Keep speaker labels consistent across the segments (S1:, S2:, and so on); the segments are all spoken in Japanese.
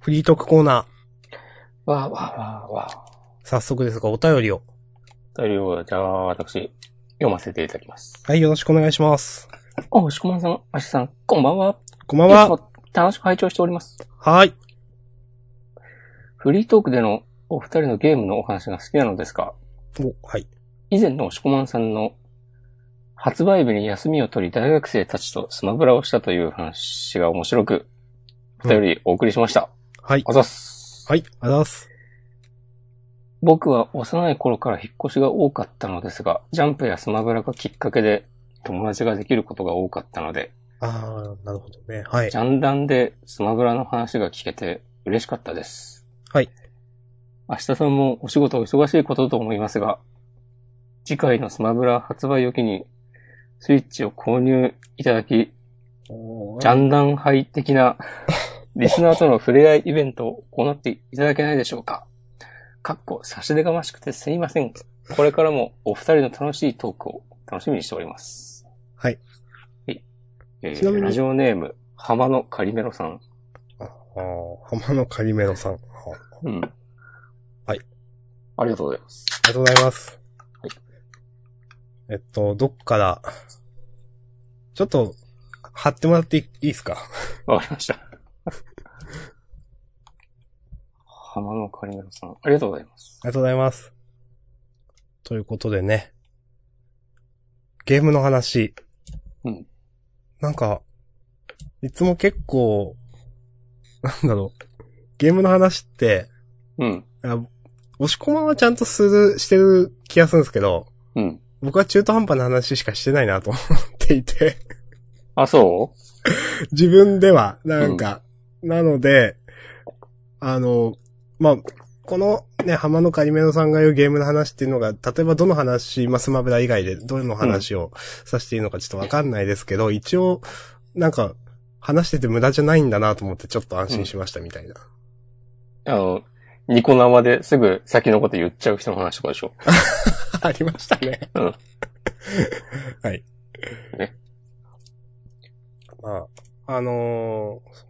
S1: フリートークコーナ
S2: わあわあわあわあ。
S1: ー、早速ですが、お便りを。
S2: 材料は、じゃあ、私、読ませていただきます。
S1: はい、よろしくお願いします。
S2: あ、牛駒さん、アシさん、こんばんは。
S1: こんばん
S2: いつ
S1: は。
S2: も楽しく拝聴しております。
S1: はい。
S2: フリートークでのお二人のゲームのお話が好きなのですが、
S1: お、はい。
S2: 以前の押し込まんさんの発売日に休みを取り大学生たちとスマブラをしたという話が面白く、お便りお送りしました。
S1: はい。
S2: あざっす。
S1: はい、ありがとうございます。
S2: 僕は幼い頃から引っ越しが多かったのですが、ジャンプやスマブラがきっかけで友達ができることが多かったので、
S1: あー、なるほどね。はい
S2: ジ。ャンダンでスマブラの話が聞けて嬉しかったです。
S1: はい。
S2: 明日さんもお仕事お忙しいことと思いますが、次回のスマブラ発売を機に、スイッチを購入いただき、ジャンダン杯 的なリスナーとの触れ合いイベントを行っていただけないでしょうか。かっこ差し出がましくてすいません。これからもお二人の楽しいトークを楽しみにしております。
S1: はい。
S2: はい。え
S1: ちなみ
S2: ー、
S1: に
S2: ラジオネーム、浜野カリメロさん。
S1: あー、浜野カリメロさん。あ
S2: うん。
S1: はい。
S2: ありがとうございます。
S1: ありがとうございます
S2: はい。
S1: えっと、どっから、ちょっと、貼ってもらっていいですか
S2: わかりました。 浜野カリメロさん、ありがとうございます。
S1: ありがとうございます。ということでね。ゲームの話。
S2: うん
S1: なんか、いつも結構、なんだろう。ゲームの話って、
S2: うん。
S1: あ押し込まはちゃんとする、してる気がするんですけど、
S2: うん。
S1: 僕は中途半端な話しかしてないなと思っていて、
S2: あ、そう
S1: 自分では、なんか、なので、あの、まあ、このね、浜野カリメロさんが言うゲームの話っていうのが、例えばどの話、まあ、スマブラ以外でどの話をさしていいのかちょっとわかんないですけど、一応、なんか、話してて無駄じゃないんだなと思ってちょっと安心しましたみたいな。
S2: あの、ニコ生ですぐ先のこと言っちゃう人の話とかでしょ。
S1: ありましたね。
S2: うん
S1: はい。
S2: ね。
S1: まあ、あのー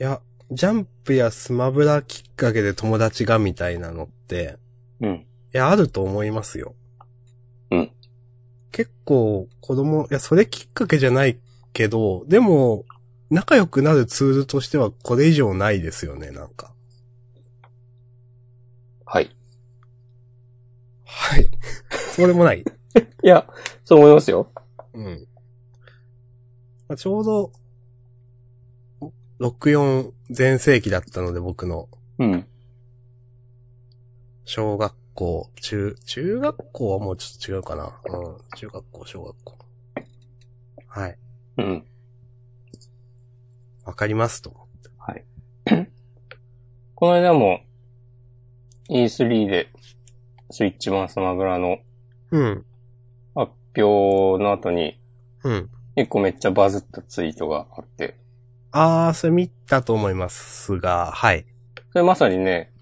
S1: いや、ジャンプやスマブラきっかけで友達がみたいなのって、
S2: うん。
S1: いや、あると思いますよ。
S2: うん。
S1: 結構、子供、いや、それきっかけじゃないけど、でも、仲良くなるツールとしてはこれ以上ないですよね、なんか。
S2: はい。
S1: はい。そうでもない。
S2: いや、そう思いますよ。
S1: うん。まあ、ちょうど、64全盛期だったので僕の
S2: うん。
S1: 小学校、中、中学校はもうちょっと違うかな。うん。中学校、小学校。はい。
S2: うん。
S1: わかりますと。
S2: この間も、E3 で、スイッチ版スマブラの
S1: うん。
S2: 発表の後に、
S1: うん。
S2: 一個めっちゃバズったツイートがあって、
S1: あー、それ見たと思いますが、はい。
S2: それまさにね、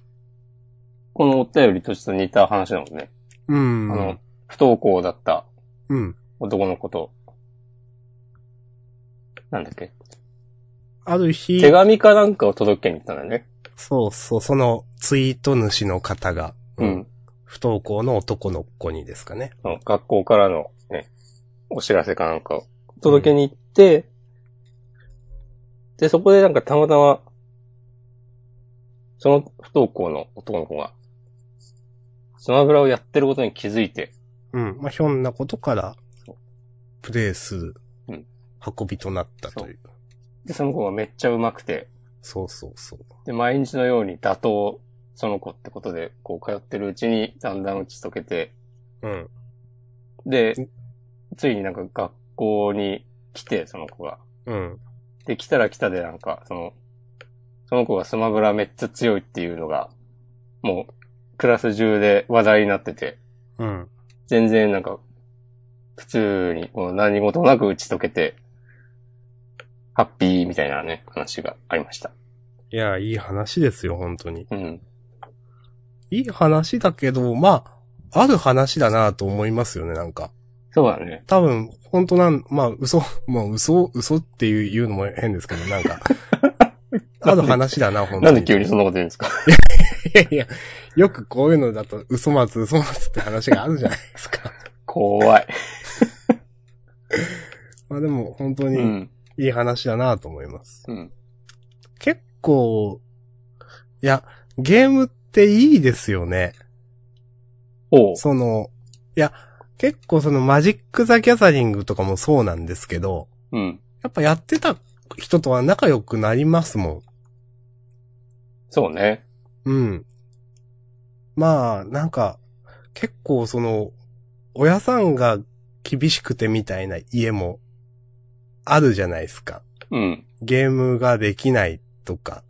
S2: このお便りとちょっと似た話だもんね。
S1: うん。
S2: あの、不登校だった
S1: うん。
S2: 男の子と、なんだっけ、
S1: ある日、
S2: 手紙かなんかを届けに行ったんだよね。
S1: そうそう、そのツイート主の方が、
S2: うん。
S1: 不登校の男の子にですかね。
S2: その学校からのね、お知らせかなんかを届けに行って、で、そこでなんかたまたま、その不登校の男の子が、スマブラをやってることに気づいて、
S1: うん。まあ、ひょんなことから
S2: そう、
S1: プレイする
S2: うん、
S1: 運びとなったという。
S2: で、その子がめっちゃ上手くて、
S1: そうそうそう。
S2: で、毎日のように打倒、その子ってことで、こう通ってるうちにだんだん打ち解けて、
S1: うん。
S2: で、ついになんか学校に来て、その子が。
S1: うん。
S2: で、来たら来たでなんか、その、その子がスマブラめっちゃ強いっていうのが、もう、クラス中で話題になってて、
S1: うん。
S2: 全然なんか、普通にこう何事もなく打ち解けて、ハッピーみたいなね、話がありました。
S1: いや、いい話ですよ、本当に。
S2: うん。
S1: いい話だけど、まあ、ある話だなと思いますよね、なんか。
S2: そうだね。
S1: 多分、本当なん、まあ、嘘、まあ、嘘、嘘っていう言うのも変ですけど、 なんか、あの話だな、本当に。
S2: なんで急にそんなこと言うんですか
S1: いやいや、よくこういうのだと、嘘松、嘘松って話があるじゃないですか。
S2: 怖い。
S1: まあでも、本当
S2: う
S1: に
S2: ん。
S1: いい話だなと思います。
S2: うん。
S1: 結構、いや、ゲームっていいですよね。
S2: おう。
S1: その、いや、結構そのマジック・ザ・ギャザリングとかもそうなんですけど、
S2: うん。
S1: やっぱやってた人とは仲良くなりますもん。
S2: そうね。
S1: うん。まあ、なんか、結構その、親さんが厳しくてみたいな家もあるじゃないですか。
S2: うん。
S1: ゲームができないとか。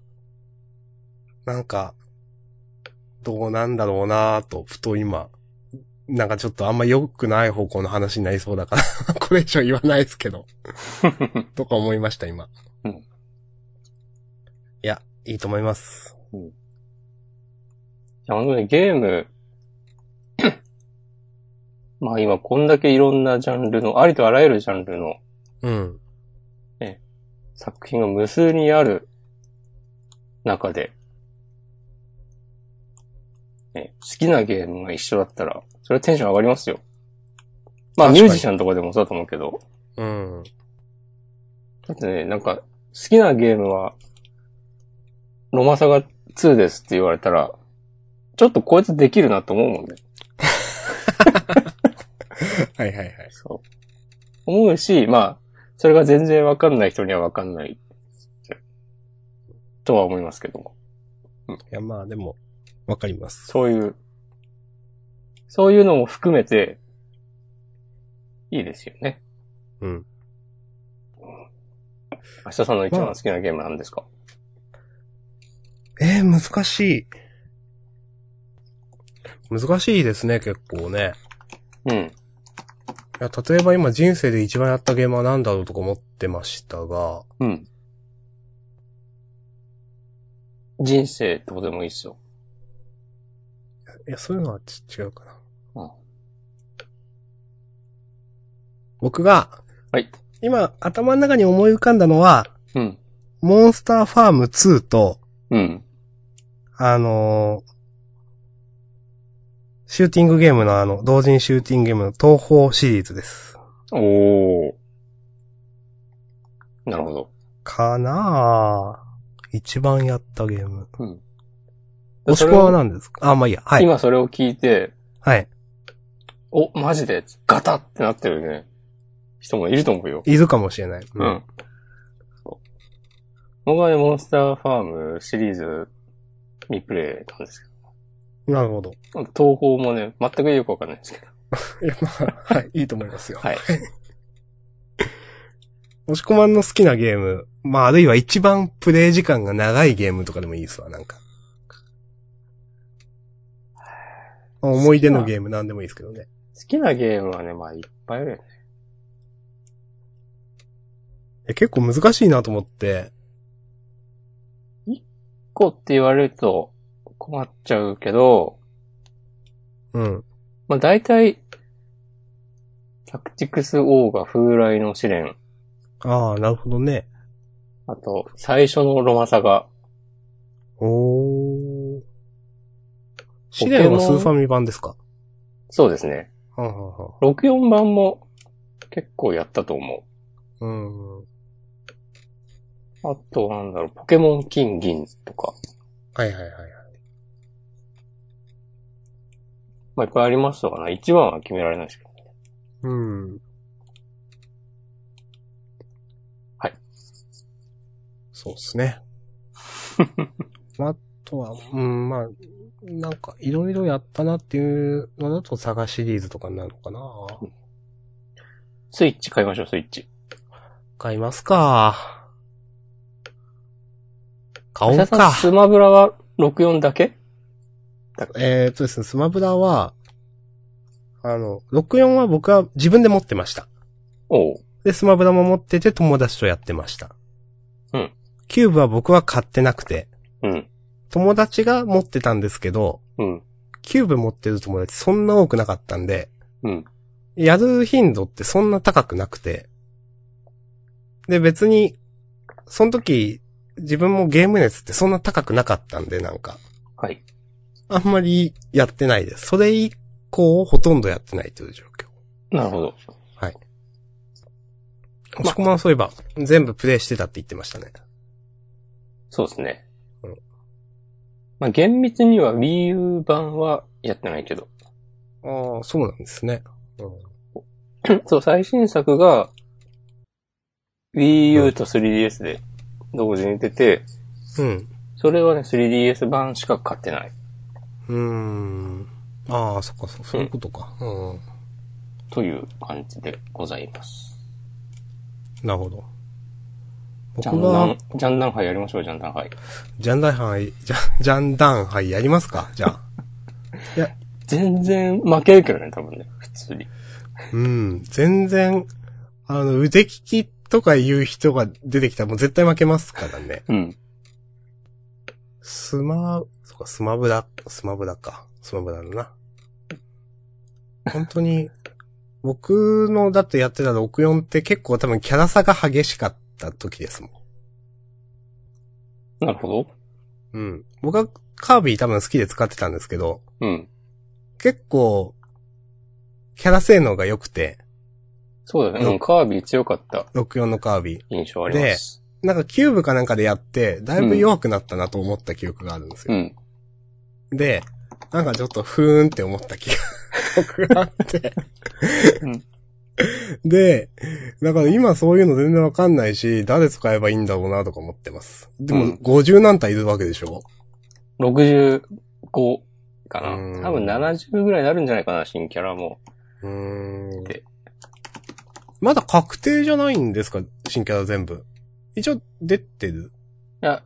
S1: なんか、どうなんだろうなぁと、ふと今。なんかちょっとあんま良くない方向の話になりそうだから、 これ以上言わないですけど。とか思いました、今。
S2: うん
S1: いや、いいと思います。
S2: いや、本当にゲーム、 まあ今こんだけいろんなジャンルの、ありとあらゆるジャンルの
S1: うん。
S2: 作品が無数にある中で、ね、好きなゲームが一緒だったら、それはテンション上がりますよ。まあ
S1: 確
S2: ミ
S1: かに
S2: ュージシャンとかでもそうだと思うけど、
S1: うん。
S2: だってね、なんか好きなゲームは、ロマサガ2ですって言われたら、ちょっとこいつできるなと思うもんね。
S1: はいはいはい。
S2: そう。思うし、まあ、それが全然わかんない人にはわかんない。とは思いますけども。
S1: いや、まあでも、わかります。
S2: そういう、そういうのも含めて、いいですよね。
S1: うん。
S2: 明日さんの一番好きなゲームなんですか、
S1: えー、難しい。難しいですね、結構ね。
S2: うん。
S1: いや、例えば今人生で一番やったゲームは何だろうとか思ってましたが、
S2: うん。人生ってことでもいいっすよ。
S1: いや、そういうのはち違うかな。
S2: うん
S1: 僕が、
S2: はい。
S1: 今、頭の中に思い浮かんだのは、
S2: うん。
S1: モンスターファーム2と、
S2: うん。
S1: あのーシューティングゲームのあの、同人シューティングゲームの東方シリーズです。
S2: おー。なるほど。
S1: かなあ一番やったゲーム。
S2: うん。
S1: もしくは何ですかあ、まあいいや。はい。
S2: 今それを聞いて、
S1: はい。
S2: お、マジで、ガタってなってるね、人もいると思うよ。
S1: いるかもしれない。
S2: う。ん。僕はね、モンスターファームシリーズ、未プレイなんですけ
S1: なるほど。
S2: ど、東宝もね、全くよくわかんないんですけど。
S1: いや、まあ、はい。いいと思いますよ。
S2: はい。
S1: もしこまんの好きなゲーム、まあ、あるいは一番プレイ時間が長いゲームとかでもいいですわ、なんか。まあ思い出のゲームなんでもいいですけどね。
S2: 好きなゲームはね、まあ、いっぱいあるよね。
S1: いや結構難しいなと思って、
S2: こうって言われると困っちゃうけど、
S1: うん。
S2: まあ、大体、タクティクスオーガ風来の試練、
S1: ああ、なるほどね。
S2: あと、最初のロマサガ、
S1: おー。
S2: ポ
S1: 試
S2: ケモン
S1: 練はスーファミ版ですか
S2: そうですね。
S1: はんはんはん
S2: 64版も結構やったと思う。
S1: うん。は
S2: あと、なんだろう、ポケモン金銀とか、
S1: いはいはいはい。
S2: まあ、いっぱいありましたからな。一番は決められないですけど。
S1: うん。
S2: はい。
S1: そうですね。 まあ、あとは、うん、まあ、なんか、いろいろやったなっていうのだと、サガシリーズとかになるのかな
S2: スイッチ買いましょう、スイッチ。
S1: 買いますか。買お
S2: 明
S1: う
S2: 日さん
S1: か。
S2: スマブラは64だけ
S1: えー、っとですね、スマブラは、あの、64は僕は自分で持ってました。
S2: おう。
S1: で、スマブラも持ってて友達とやってました。
S2: うん。
S1: キューブは僕は買ってなくて、
S2: うん。
S1: 友達が持ってたんですけど、
S2: うん。
S1: キューブ持ってる友達そんな多くなかったんで、
S2: うん。
S1: やる頻度ってそんな高くなくて。で、別に、その時、自分もゲーム熱ってそんな高くなかったんで、なんか。
S2: はい。
S1: あんまりやってないです。それ以降、ほとんどやってないという状況。
S2: なるほど。
S1: もしこまんそういえば、全部プレイしてたって言ってましたね。
S2: そうですね
S1: うん。
S2: まあ、厳密には Wii U 版はやってないけど。
S1: ああ、そうなんですね。
S2: そう、最新作が Wii U と 3DS で同時に出て、
S1: うん。
S2: それはね、3DS 版しか買ってない。
S1: うん。うーん。ああ、そっか、そそういうことか。うん。
S2: という感じでございます。
S1: なるほど。
S2: ジャ
S1: 僕
S2: ンダン
S1: は、、
S2: ジャンダン杯やりましょう、ジャンダン杯。
S1: ジャンダンハイ、 ジャン、ジャンダンハイやりますかじゃ あ。
S2: 全然負けるけどね、多分ね、普通に。
S1: うん。全然、あの、腕利きとかいう人が出てきたらもう絶対負けますからね。
S2: うん。
S1: スマ、そうか、スマブラ、スマブラか。スマブラだな。本当に、僕のだってやってた64って結構多分キャラ差が激しかった時ですもん。
S2: なるほど。
S1: うん。僕はカービィ多分好きで使ってたんですけど、
S2: うん。
S1: 結構、キャラ性能が良くて、
S2: そうだね。うん、カービィ強かった
S1: 64のカービィ。
S2: 印象あります。
S1: なんかキューブかなんかでやって、だいぶ弱くなったなと思った記憶があるんですよ
S2: う。ん。
S1: で、なんかちょっとふーんって思った 記憶があって。
S2: うん
S1: で、だから今そういうの全然わかんないし、誰使えばいいんだろうなとか思ってます。で
S2: う
S1: も
S2: ん
S1: 50何体いるわけでしょ、
S2: 65かな
S1: うん。
S2: 多分70ぐらいになるんじゃないかな、新キャラも。
S1: うーん
S2: で
S1: まだ確定じゃないんですか新キャラ全部。一応出てる
S2: いや、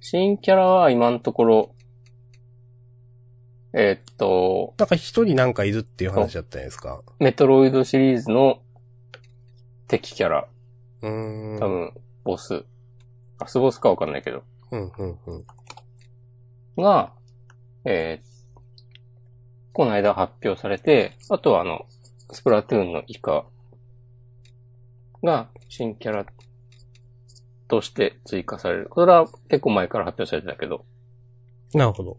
S2: 新キャラは今のところ、えーっと、
S1: なんか一人なんかいるっていう話だったじゃないですか。
S2: メトロイドシリーズの敵キャラ。
S1: うーん。
S2: 多分、ボス。ラスボスかわかんないけど。
S1: うん、うん、うん。
S2: が、えーこの間発表されて、あとはあの、スプラトゥーンのイカが新キャラとして追加される。これは結構前から発表されてたけど、
S1: なるほど。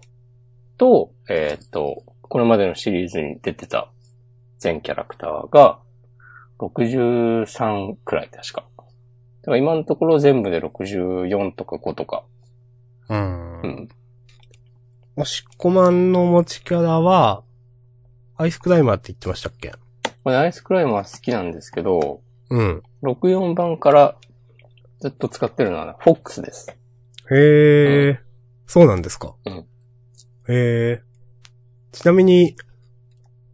S2: と、えーっ、と、これまでのシリーズに出てた全キャラクターが63くらい確か。だから今のところ全部で64とか5とか。
S1: う。
S2: うんん。
S1: おしっこまんの持ちキャラは、アイスクライマーって言ってましたっけ
S2: まあアイスクライマー好きなんですけど、
S1: うん。
S2: 64番からずっと使ってるのは、フォックスです。
S1: へえ、
S2: う
S1: そうなんですか。
S2: うん
S1: へえ。ちなみに、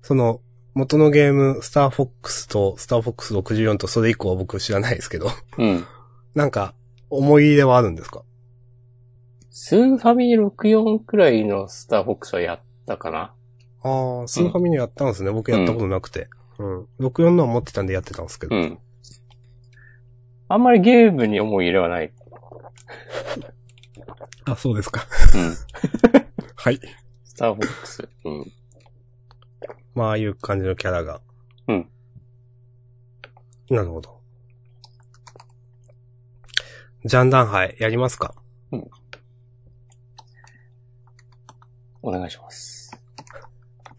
S1: その、元のゲーム、スターフォックスと、スターフォックス64と、それ以降は僕知らないですけど、
S2: うん。
S1: なんか、思い入れはあるんですか
S2: スーファミ64くらいのスターフォックスはやったかな
S1: ああ、スーファミにやったんですね。僕やったことなくて。うん。64のは持ってたんでやってたんですけど。
S2: うん。あんまりゲームに思い入れはない。
S1: あ、そうですか。
S2: うん。
S1: はい。
S2: スターフォックス。うん。
S1: まあ、ああいう感じのキャラが。
S2: うん。
S1: なるほど。ジャンダンハイ、やりますか
S2: お願いします。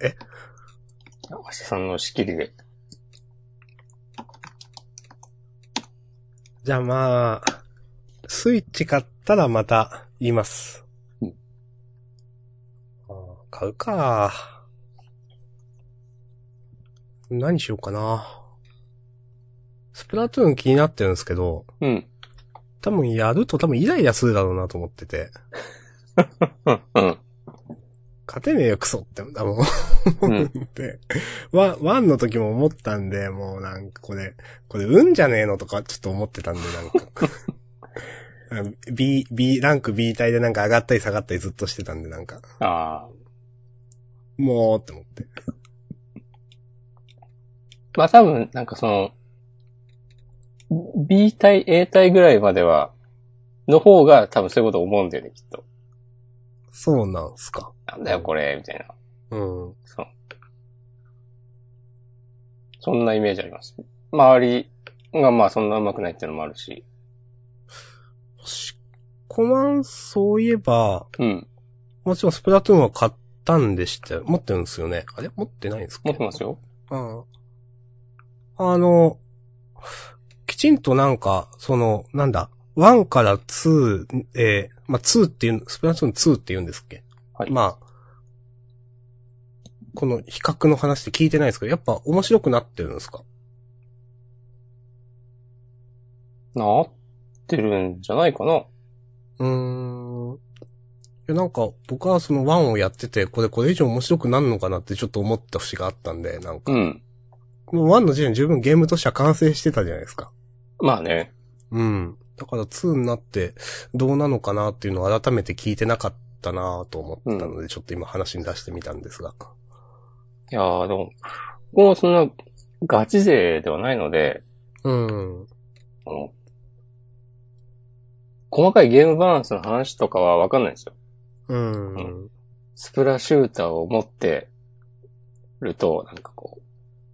S1: え
S2: 明日さんの仕切りで。
S1: じゃあまあ、スイッチ買ったらまた言います。
S2: うん
S1: あー買うか。何しようかな。スプラトゥーン気になってるんですけど、
S2: うん。
S1: 多分やると多分イライラするだろうなと思ってて、
S2: うん。うん。
S1: 勝てねえよクソって多分
S2: うん。
S1: って、 ワン、ワンの時も思ったんで、もうなんかこれ、これ運じゃねえのとかちょっと思ってたんで、なんか。 あの B、B、ランク B 体でなんか上がったり下がったりずっとしてたんで、なんか、
S2: ああ。
S1: もうって思って。
S2: まあ多分、なんかその、B 対 A 対ぐらいまでは、の方が多分そういうこと思うんだよね、きっと。
S1: そうなんすか。
S2: なんだよこれ、みたいな。
S1: うん。
S2: そう。そんなイメージあります。周りがまあそんな上手くないっていうのもあるし。
S1: 星コマン、そういえば、
S2: うん。
S1: もちろんスプラトゥーンは買ったんでしたよ。持ってるんですよね。あれ持ってないんですか
S2: 持ってますよ。
S1: うん。あの、きちんとなんか、その、なんだ、1から2、えー、まあ、2っていう、スプラトゥーン2って言うんですっけ
S2: はい。
S1: まあ、この比較の話って聞いてないですけど、やっぱ面白くなってるんですか
S2: なってるんじゃないかな。
S1: うーん。いや、なんか、僕はその1をやってて、これ、これ以上面白くなるのかなってちょっと思った節があったんで、なんか
S2: う、ん。
S1: もう1の時点で十分ゲームとしては完成してたじゃないですか。
S2: まあね。
S1: うん。だから2になってどうなのかなっていうのを改めて聞いてなかったなと思ったので、ちょっと今話に出してみたんですが。
S2: いやーでも、僕もそんなガチ勢ではないので、
S1: うん。
S2: あの、細かいゲームバランスの話とかはわかんないんですよ。
S1: うん。
S2: うスプラシューターを持ってると、なんかこう、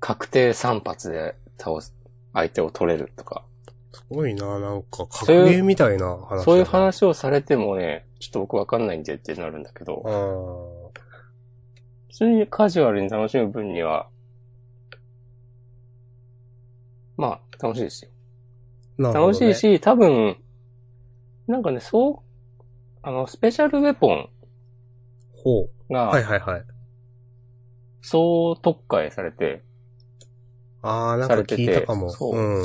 S2: 確定3発で倒す、相手を取れるとか、
S1: すごいななんか、格
S2: そういう
S1: ゲーみたいな話だな
S2: そういう。話をされてもね、ちょっと僕わかんないんでってなるんだけ
S1: あ
S2: ど、
S1: ー
S2: 普通にカジュアルに楽しむ分には、まあ、楽しいですよ。
S1: なるほどね
S2: 楽しい。し、多分、なんかね、そう、あの、スペシャルウェポン
S1: ほう。はい
S2: が、
S1: はいはい。
S2: そう特化されて、
S1: あー、なんか
S2: されてて
S1: 聞いたかも。
S2: そう
S1: うん。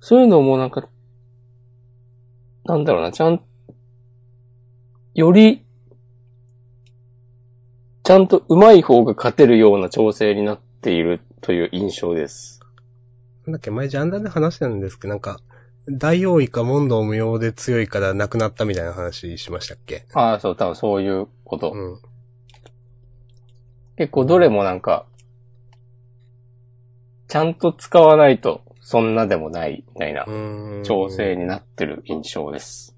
S2: そういうのもなんか、なんだろうな、ちゃん、より、ちゃんと上手い方が勝てるような調整になっているという印象です。
S1: なんだっけ、前ジャンダーで話したんですけど、なんか、大王以下問答無用で強いから亡くなったみたいな話しましたっけ
S2: ああ、そう、多分そういうこと。
S1: うん。
S2: 結構どれもなんか、ちゃんと使わないと、そんなでもない、みたいな
S1: うん。
S2: 調整になってる印象です。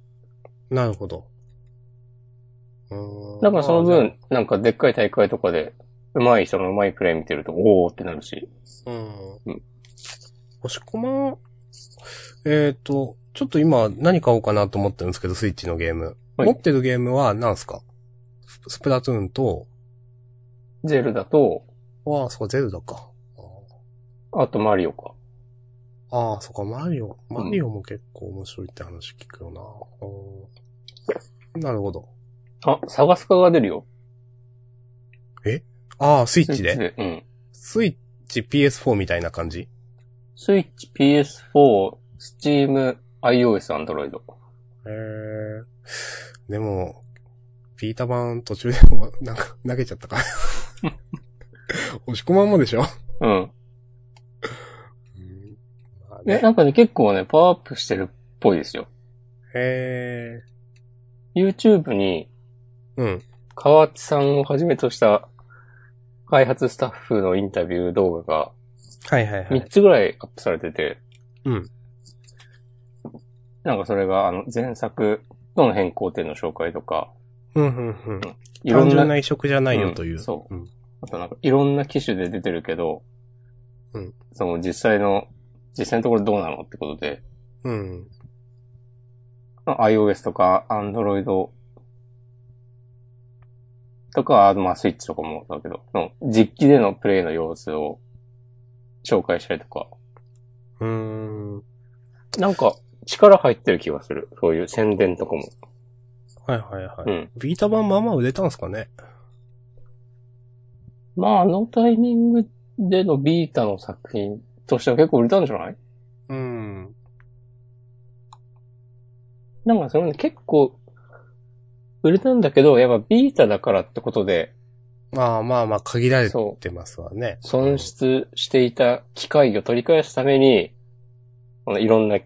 S1: なるほど。うーん
S2: だからその。
S1: まあ
S2: 分、なんかでっかい大会とかで、上手い人の上手いプレイ見てると、おーってなるし。
S1: う
S2: うんん。
S1: 押し込ま、えっ、と、ちょっと今何買おうかなと思ってるんですけど、スイッチのゲーム。
S2: はい
S1: 持ってるゲームは何すかススプラトゥーンと、
S2: ゼルだと、
S1: ああ、そうか、ゼルダか。あー
S2: あとマリオか。
S1: あー、そうか、マリオ。マリオも結構面白いって話聞くよな。うんなるほど。
S2: あ、サガスカが出るよ。
S1: ああ、スイッ
S2: スイ
S1: チ
S2: ッチ
S1: で。
S2: で。うん。
S1: スイッチ PS4 みたいな感じ
S2: スイッチ、PS4、Steam、iOS、Android。
S1: へえ。でも、ピーター版途中でも、なんか、 投げちゃったから。押し込まんもでしょ
S2: うん。
S1: まあ
S2: え、
S1: ね
S2: なんかね、結構ね、パワーアップしてるっぽいですよ。
S1: へえ。
S2: YouTube に、
S1: うん。
S2: 河内さんをはじめとした開発スタッフのインタビュー動画
S1: はいはい
S2: が3。つぐらいアップされてて、
S1: うん。
S2: なんかそれが、あの、前作との変更点の紹介とか、
S1: うん、うん、うん。
S2: いろ
S1: 単
S2: んな
S1: 純な移植じゃないよという。。
S2: うんそうあとなんかいろんな機種で出てるけど、
S1: うん
S2: その実際の、実際のところどうなのってことで、
S1: うん。
S2: あ iOS とか Android とか、あまあ Switch とかもだけど、の実機でのプレイの様子を紹介したりとか、
S1: うん。は
S2: なんか力入ってる気がする。そういう宣伝とかも。
S1: いはいは
S2: う
S1: い。
S2: ん。
S1: ビータ版まあまあ売れたんすかね
S2: まああのタイミングでのビータの作品としては結構売れたんじゃない
S1: うん。
S2: なんかそれもね結構、売れたんだけど、やっぱビータだからってことで、
S1: まあまあまあ、限られ
S2: そ
S1: てますわね。
S2: う、損失していた機会を取り返すために、このいろんな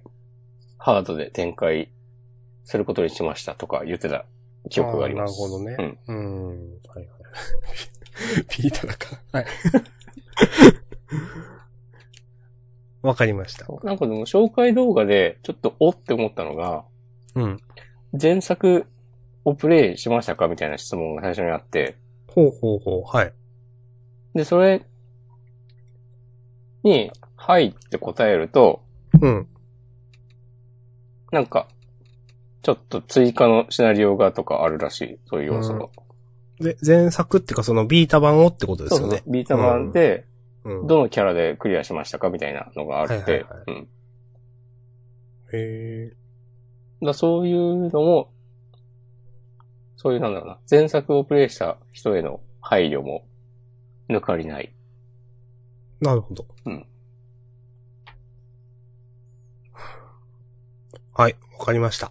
S2: ハードで展開することにしましたとか言ってた記憶があります。
S1: あーなるほどね。うん。はいはい。ピーターだから。はい。わかりました。
S2: うん。なんかでも紹介動画でちょっとおって思ったのが、
S1: うん。
S2: 前作をプレイしましたかみたいな質問が最初にあって、
S1: ほうほうほう。はい。
S2: で、それ、に、はいって答えると、
S1: うん。
S2: なんか、ちょっと追加のシナリオがとかあるらしい。そういう要素が。
S1: で、前作っていうかそのビータ版をってことですよね。
S2: ビータ版で、
S1: うん。
S2: どのキャラでクリアしましたかみたいなのがあっ
S1: はい
S2: て
S1: はいはい。
S2: うん
S1: へ
S2: だからそういうのも、そういうなんだろうな、前作をプレイした人への配慮も抜かりない。
S1: ーなるほど。
S2: うん。
S1: はい、わかりました。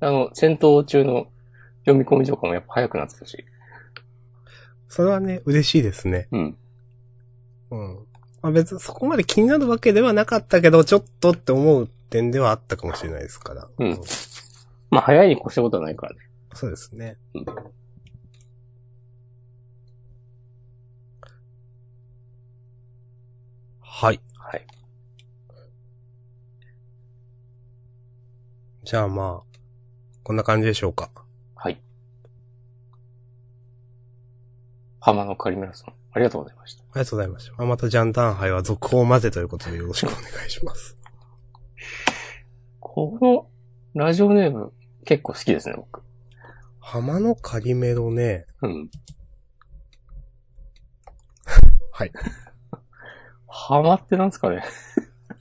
S2: あの、戦闘中の読み込みとかもやっぱ早くなってたし。
S1: それはね、嬉しいですね。
S2: うん。
S1: うん。まあ、別にそこまで気になるわけではなかったけど、ちょっとって思う点ではあったかもしれないですから。
S2: うんまあ、早いに越したことはないからね。
S1: そうですね。
S2: うん
S1: はい。
S2: はい。
S1: じゃあまあ、こんな感じでしょうか。
S2: はい。浜野カリメラさん、ありがとうございました。
S1: ありがとうございました。まあ、またジャンダン杯は続報までということでよろしくお願いします。
S2: このラジオネーム結構好きですね、僕。
S1: 浜のカリメロね。
S2: うん。
S1: はい。
S2: ハマってなんですかね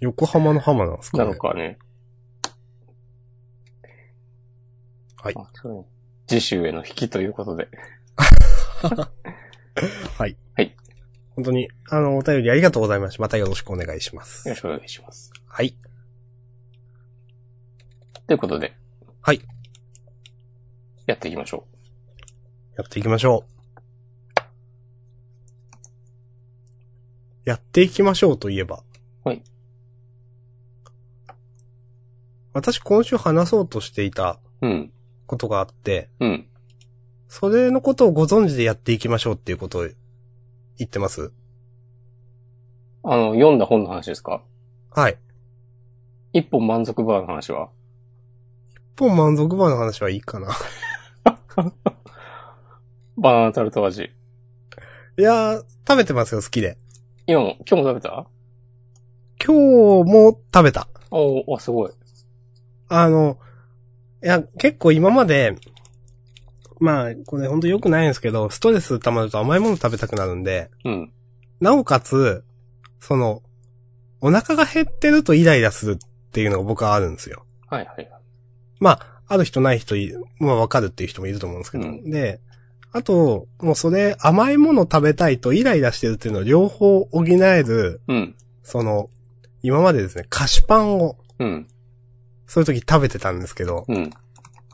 S1: 横浜の浜なんですか
S2: な
S1: ね。
S2: のかね。
S1: はい
S2: あ。そうね次週への引きということで。
S1: はい。
S2: はい。
S1: 本当に、あの、お便りありがとうございました。またよろしくお願いしま
S2: よろ
S1: す。
S2: しくお願いします。
S1: はい。
S2: ということで。
S1: はい。
S2: やっていきましょ
S1: やっていきましょう。やっていきましょうといえば。
S2: はい。
S1: 私今週話そうとしていた
S2: う。うん。
S1: ことがあって、
S2: うん。
S1: それのことをご存知でやっていきましょうっていうことを言ってます
S2: あの、読んだ本の話ですか
S1: はい。
S2: 一本満足バーの話は
S1: 一本満足版の話はいいかな。
S2: バナナタルト味。
S1: いやー、食べてますよ、好きで。
S2: 今も、今日も食べた
S1: 今日も食べた。
S2: おおすごい。
S1: あの、いや、結構今まで、まあ、これほんと良くないんですけど、ストレス溜まると甘いもの食べたくなるんで、
S2: うん。
S1: なおかつ、その、お腹が減ってるとイライラするっていうのが僕はあるんですよ。
S2: はいはいはい。
S1: まあ、ある人ない人い、まあわかるっていう人もいると思うんですけど。
S2: うん
S1: で、あと、もうそれ甘いもの食べたいとイライラしてるっていうのを両方補える、
S2: うん。
S1: その、今までですね、菓子パンを、
S2: うん。
S1: そういう時食べてたんですけど、
S2: うん。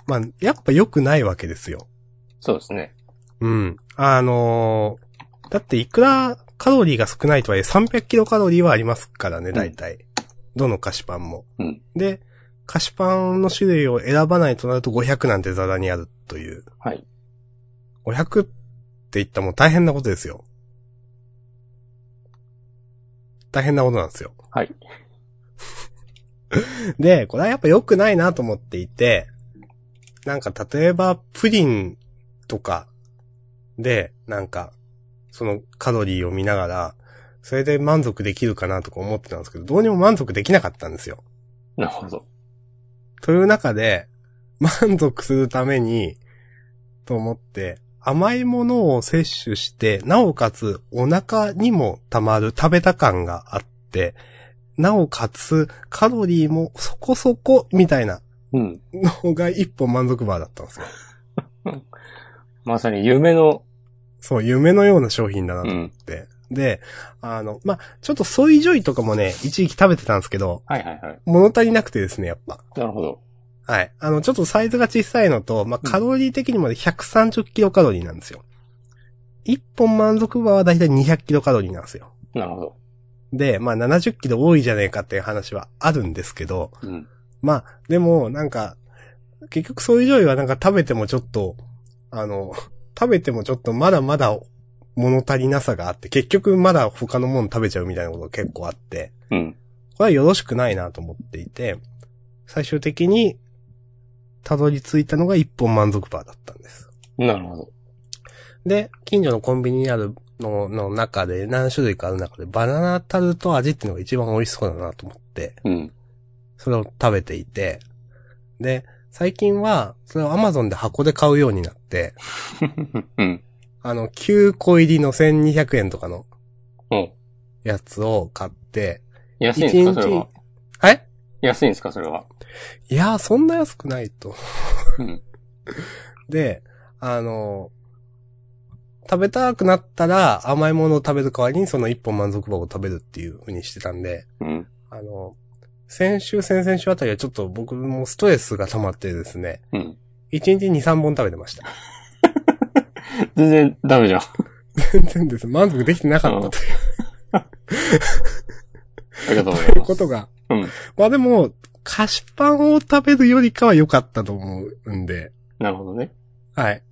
S1: まあ、やっぱ良くないわけですよ。
S2: そうですね。
S1: うん。あのーだっていくらカロリーが少ないとはいえ300キロカロリーはありますからね、大体。どの菓子パンも。
S2: うん
S1: で、菓子パンの種類を選ばないとなると500なんてザラにあるという。
S2: はい。
S1: 500って言ったらもう大変なことですよ。大変なことなんですよ。
S2: はい。
S1: で、これはやっぱ良くないなと思っていて、なんか例えばプリンとかで、なんか、そのカロリーを見ながら、それで満足できるかなとか思ってたんですけど、どうにも満足できなかったんですよ。
S2: なるほど。
S1: という中で、満足するために、と思って、甘いものを摂取して、なおかつお腹にもたまる食べた感があって、なおかつカロリーもそこそこみたいな
S2: うん。
S1: のが一本満足バーだったんですよ。
S2: まさに夢の、
S1: そう、夢のような商品だな
S2: う
S1: と思
S2: ん。
S1: って。で、あの、まあ、ちょっとソイジョイとかもね、一時期食べてたんですけど、
S2: はいはいはい。
S1: 物足りなくてですね、やっぱ。
S2: なるほど。
S1: はい。あの、ちょっとサイズが小さいのと、まあ、
S2: うん
S1: カロリー的にもね、130キロカロリーなんですよ。一本満足バーはだいたい200キロカロリーなんですよ。
S2: なるほど。
S1: で、まあ、70キロ多いじゃねえかっていう話はあるんですけど、
S2: うん。
S1: まあ、でも、なんか、結局そういう料理はなんか食べてもちょっと、あの、食べてもちょっとまだまだ物足りなさがあって、結局まだ他のもの食べちゃうみたいなことが結構あって、
S2: うん。
S1: これはよろしくないなと思っていて、最終的に、たどり着いたのが一本満足バーだったんです。
S2: なるほど。
S1: で、近所のコンビニにあるの、の中で、何種類かある中で、バナナタルト味っていうのが一番美味しそうだなと思って、
S2: うん。
S1: それを食べていて、で、最近は、それを Amazon で箱で買うようになって、
S2: うん。
S1: あの、9個入りの1200円とかの
S2: うん。
S1: やつを買って、
S2: 安いんですか、
S1: 一日
S2: それは。
S1: え
S2: 安いんですか、それは。
S1: いやー、そんな安くないと。
S2: うん。
S1: で、あの、食べたくなったら甘いものを食べる代わりにその一本満足棒を食べるっていう風にしてたんで、
S2: うん。
S1: あの、先週、先々週あたりはちょっと僕もストレスが溜まってですね、
S2: うん。
S1: 1日2、3本食べてました。
S2: 全然ダメじゃん。
S1: 全然です。満足できてなかったとい
S2: ありがとうございま
S1: うこ
S2: す。
S1: とが。
S2: うん。
S1: まあでも、菓子パンを食べるよりかは良かったと思うんで、
S2: なるほどね。
S1: はい。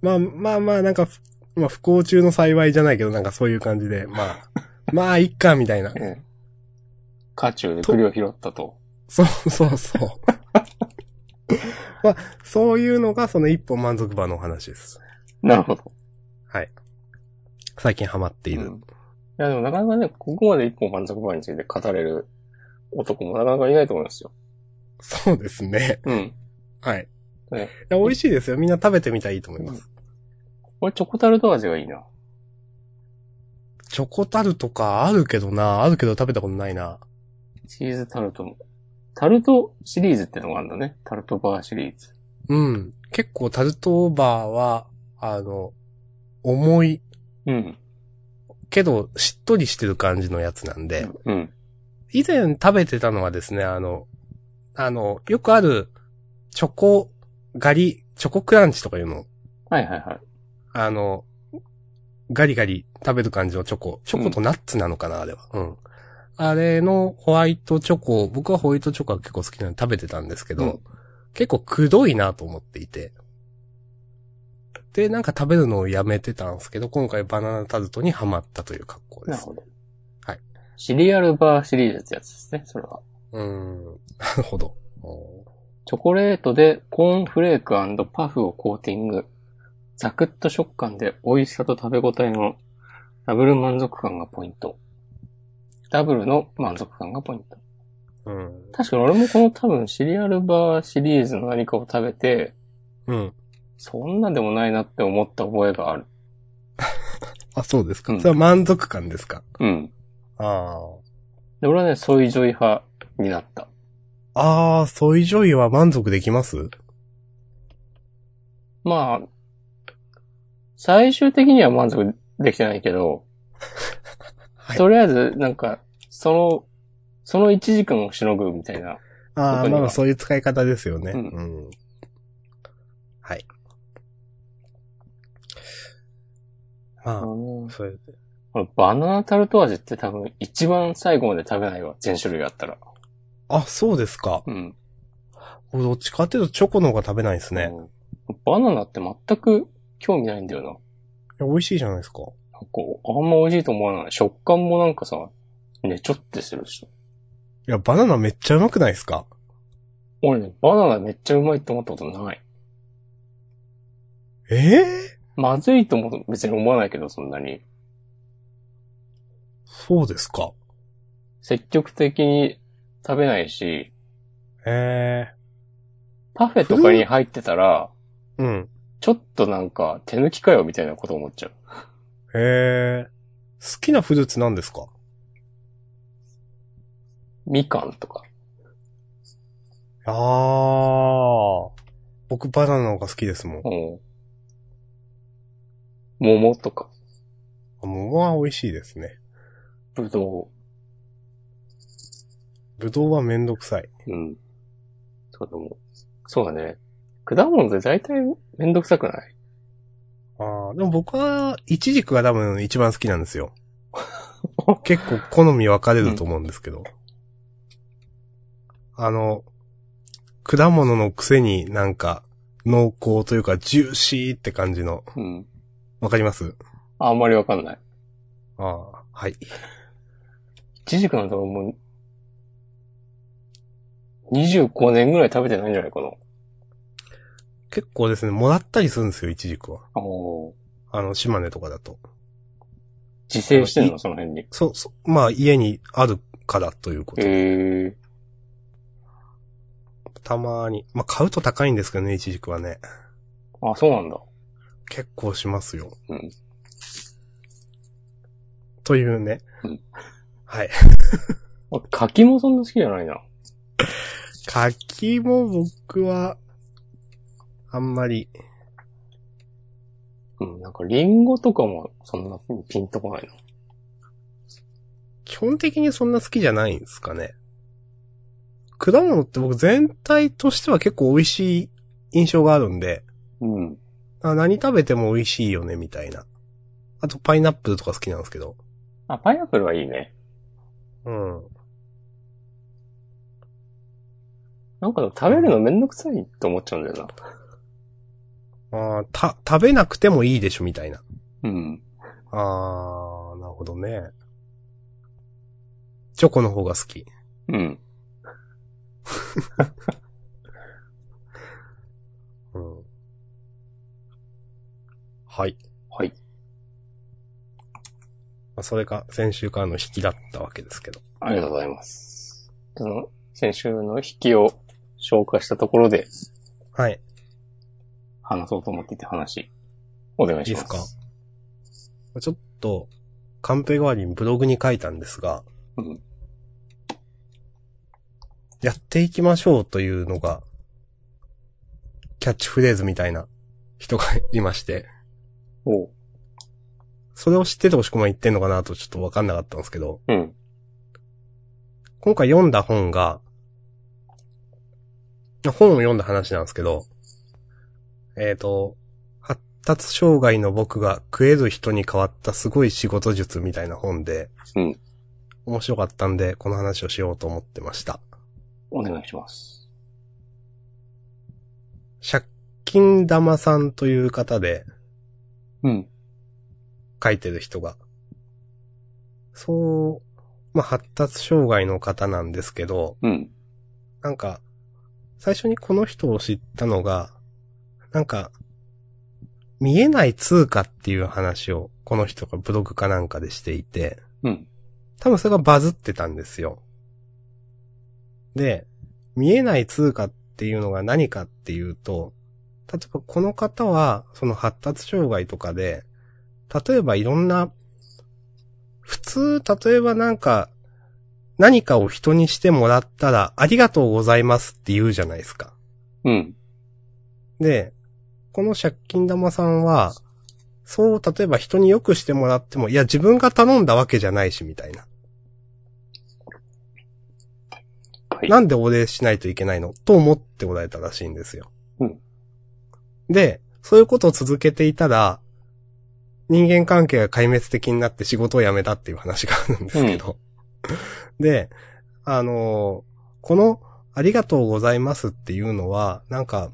S1: まあまあまあ、なんかふ、まあ不幸中の幸いじゃないけど、なんかそういう感じで、ま あ、まあ、いっか、みたいな。
S2: ええ。家中で栗を拾ったと。
S1: そうそう そう。まあ、そういうのがその一本満足版のお話です。
S2: なるほど。
S1: 最近ハマっている。
S2: うんいや、でもなかなかね、ここまで一本満足版について語れる男もなかなかいないと思いますよ。
S1: そうですね。
S2: うん。
S1: はい。
S2: ね
S1: いや美味しいですよ。みんな食べてみたらいいと思います。
S2: 俺、チョコタルト味がいいな。
S1: チョコタルとかあるけどな、あるけど食べたことないな。
S2: チーズタルトも。タルトシリーズってのがあるんだね。タルトバーシリーズ。
S1: うん。結構タルトバーは、あの、重い、
S2: うん。
S1: けどしっとりしてる感じのやつなんで、
S2: うん。
S1: 以前食べてたのはですね、あの、あの、よくある、チョコ、ガリ、チョコクランチとかいうの、
S2: はいはいはい。
S1: あの、ガリガリ食べる感じのチョコ。チョコとナッツなのかな、あれは。うん。あれのホワイトチョコ、僕はホワイトチョコが結構好きなので食べてたんですけど、
S2: うん
S1: 結構くどいなと思っていて。で、なんか食べるのをやめてたんですけど、今回バナナタルトにハマったという格好で
S2: なる
S1: す。
S2: ほど。
S1: はい。
S2: シリアルバーシリーズってやつですね、それは。
S1: うーん。なるほど。おー
S2: チョコレートでコーンフレークパフをコーティング。ザクッと食感で美味しさと食べ応えのダブル満足感がポイント。ダブルの満足感がポイント。
S1: うん。
S2: 確かに俺もこの多分シリアルバーシリーズの何かを食べて、
S1: うん。
S2: そんなでもないなって思った覚えがある。
S1: あ、そうですか。
S2: うん
S1: それは満足感ですか。
S2: うん。
S1: あ
S2: で、俺はね、ソイジョイ派になった。
S1: あ。ああ、ソイジョイは満足できます
S2: まあ、最終的には満足できてないけど、
S1: はい
S2: とりあえず、なんか、その、その1時間をしのぐみたいな。
S1: あ
S2: 他
S1: あ、
S2: には
S1: まあそういう使い方ですよね。
S2: う
S1: うんん。はい。ま
S2: あの
S1: あ、それで。
S2: このバナナタルト味って多分一番最後まで食べないわ。全種類あったら。
S1: あ、そうですか。
S2: うん。
S1: 俺どっちかっていうとチョコの方が食べないですね。
S2: うん。バナナって全く興味ないんだよな。
S1: いや美味しいじゃないですか。
S2: なんか、あんま美味しいと思わない。食感もなんかさ、ねちょってするでしょ。
S1: いや、バナナめっちゃうまくないですか
S2: 俺ね、バナナめっちゃうまいって思ったことない。
S1: ええ
S2: まずいとも別に思わないけど、そんなに。
S1: そうですか。
S2: 積極的に食べないし、
S1: え
S2: パフェとかに入ってたら、
S1: えうん。
S2: ちょっとなんか手抜きかよみたいなこと思っちゃう。
S1: ええ好きなフルーツなんですか
S2: みかんとか。
S1: ああ。僕バナナの方が好きですもん。
S2: うん。桃とか。
S1: 桃は美味しいですね。
S2: ぶど
S1: ぶどうはめんどくさい。
S2: う。うん。そうだもう。そうだね。果物って大体めんどくさくない
S1: ああ、でも僕は、イチジクが多分一番好きなんですよ。結構好み分かれると思うんですけど。あの、果物のくせになんか、濃厚というかジューシーって感じの、
S2: うん。
S1: わかります
S2: あんまりわかんない。
S1: ああ、はい。
S2: いちじくなんて俺もう、25年ぐらい食べてないんじゃないかな。
S1: 結構ですね、もらったりするんですよ、イチジクは。
S2: お
S1: あの、島根とかだと。
S2: 自生してんのその辺に。
S1: そ、そ、まあ家にあるからということで。
S2: ええ
S1: たまに。まあ買うと高いんですけどね、一軸はね。
S2: あ、そうなんだ。
S1: 結構しますよ。
S2: うん
S1: というね。
S2: うん
S1: はい。
S2: あ柿もそんな好きじゃないな。
S1: 柿も僕は、あんまり、
S2: うん、なんかリンゴとかもそんなピンとこないな。
S1: 基本的にそんな好きじゃないんですかね。果物って僕全体としては結構美味しい印象があるんで、
S2: うん。
S1: あ何食べても美味しいよね、みたいな。あとパイナップルとか好きなんですけど。
S2: あ、パイナップルはいいね。
S1: うん。
S2: なんかでも食べるのめんどくさいって思っちゃうんだよ
S1: あーた、食べなくてもいいでしょ、みたいな。
S2: な。うん。
S1: あー、なるほどね。チョコの方が好き。
S2: うん。
S1: うん。はい。
S2: はい。
S1: まあ、それが先週からの引きだったわけですけど。
S2: ありがとうございます。その、先週の引きを消化したところで
S1: はい。
S2: 話そうと思っていた話、お願いします。
S1: いいですちょっと、カンペ代わりにブログに書いたんですが、
S2: うん
S1: やっていきましょうというのが、キャッチフレーズみたいな人がいまして、
S2: おう。
S1: それを知ってて押し込ま言ってんのかなとちょっとわかんなかったんですけど、
S2: うん。
S1: 今回読んだ本が、本を読んだ話なんですけど、えっ、と、発達障害の僕が食える人に変わったすごい仕事術みたいな本で、
S2: うん
S1: 面白かったんで、この話をしようと思ってました。
S2: お願いします。
S1: 借金玉さんという方で
S2: うん。
S1: 書いてる人が、そう、まあ、発達障害の方なんですけど、
S2: うん。
S1: なんか、最初にこの人を知ったのが、なんか、見えない通貨っていう話を、この人がブログかなんかでしていて、
S2: うん。
S1: 多分それがバズってたんですよ。で、見えない通貨っていうのが何かっていうと、例えばこの方は、その発達障害とかで、例えばいろんな、普通、例えばなんか、何かを人にしてもらったら、ありがとうございますって言うじゃないですか。
S2: うん。
S1: で、この借金玉さんは、そう、例えば人に良くしてもらっても、いや、自分が頼んだわけじゃないし、みたいな。
S2: はい。
S1: なんでお礼しないといけないのと思っておられたらしいんですよ。
S2: うん
S1: で、そういうことを続けていたら、人間関係が壊滅的になって仕事を辞めたっていう話があるんですけど。で、あのーこの、ありがとうございますっていうのは、なんか、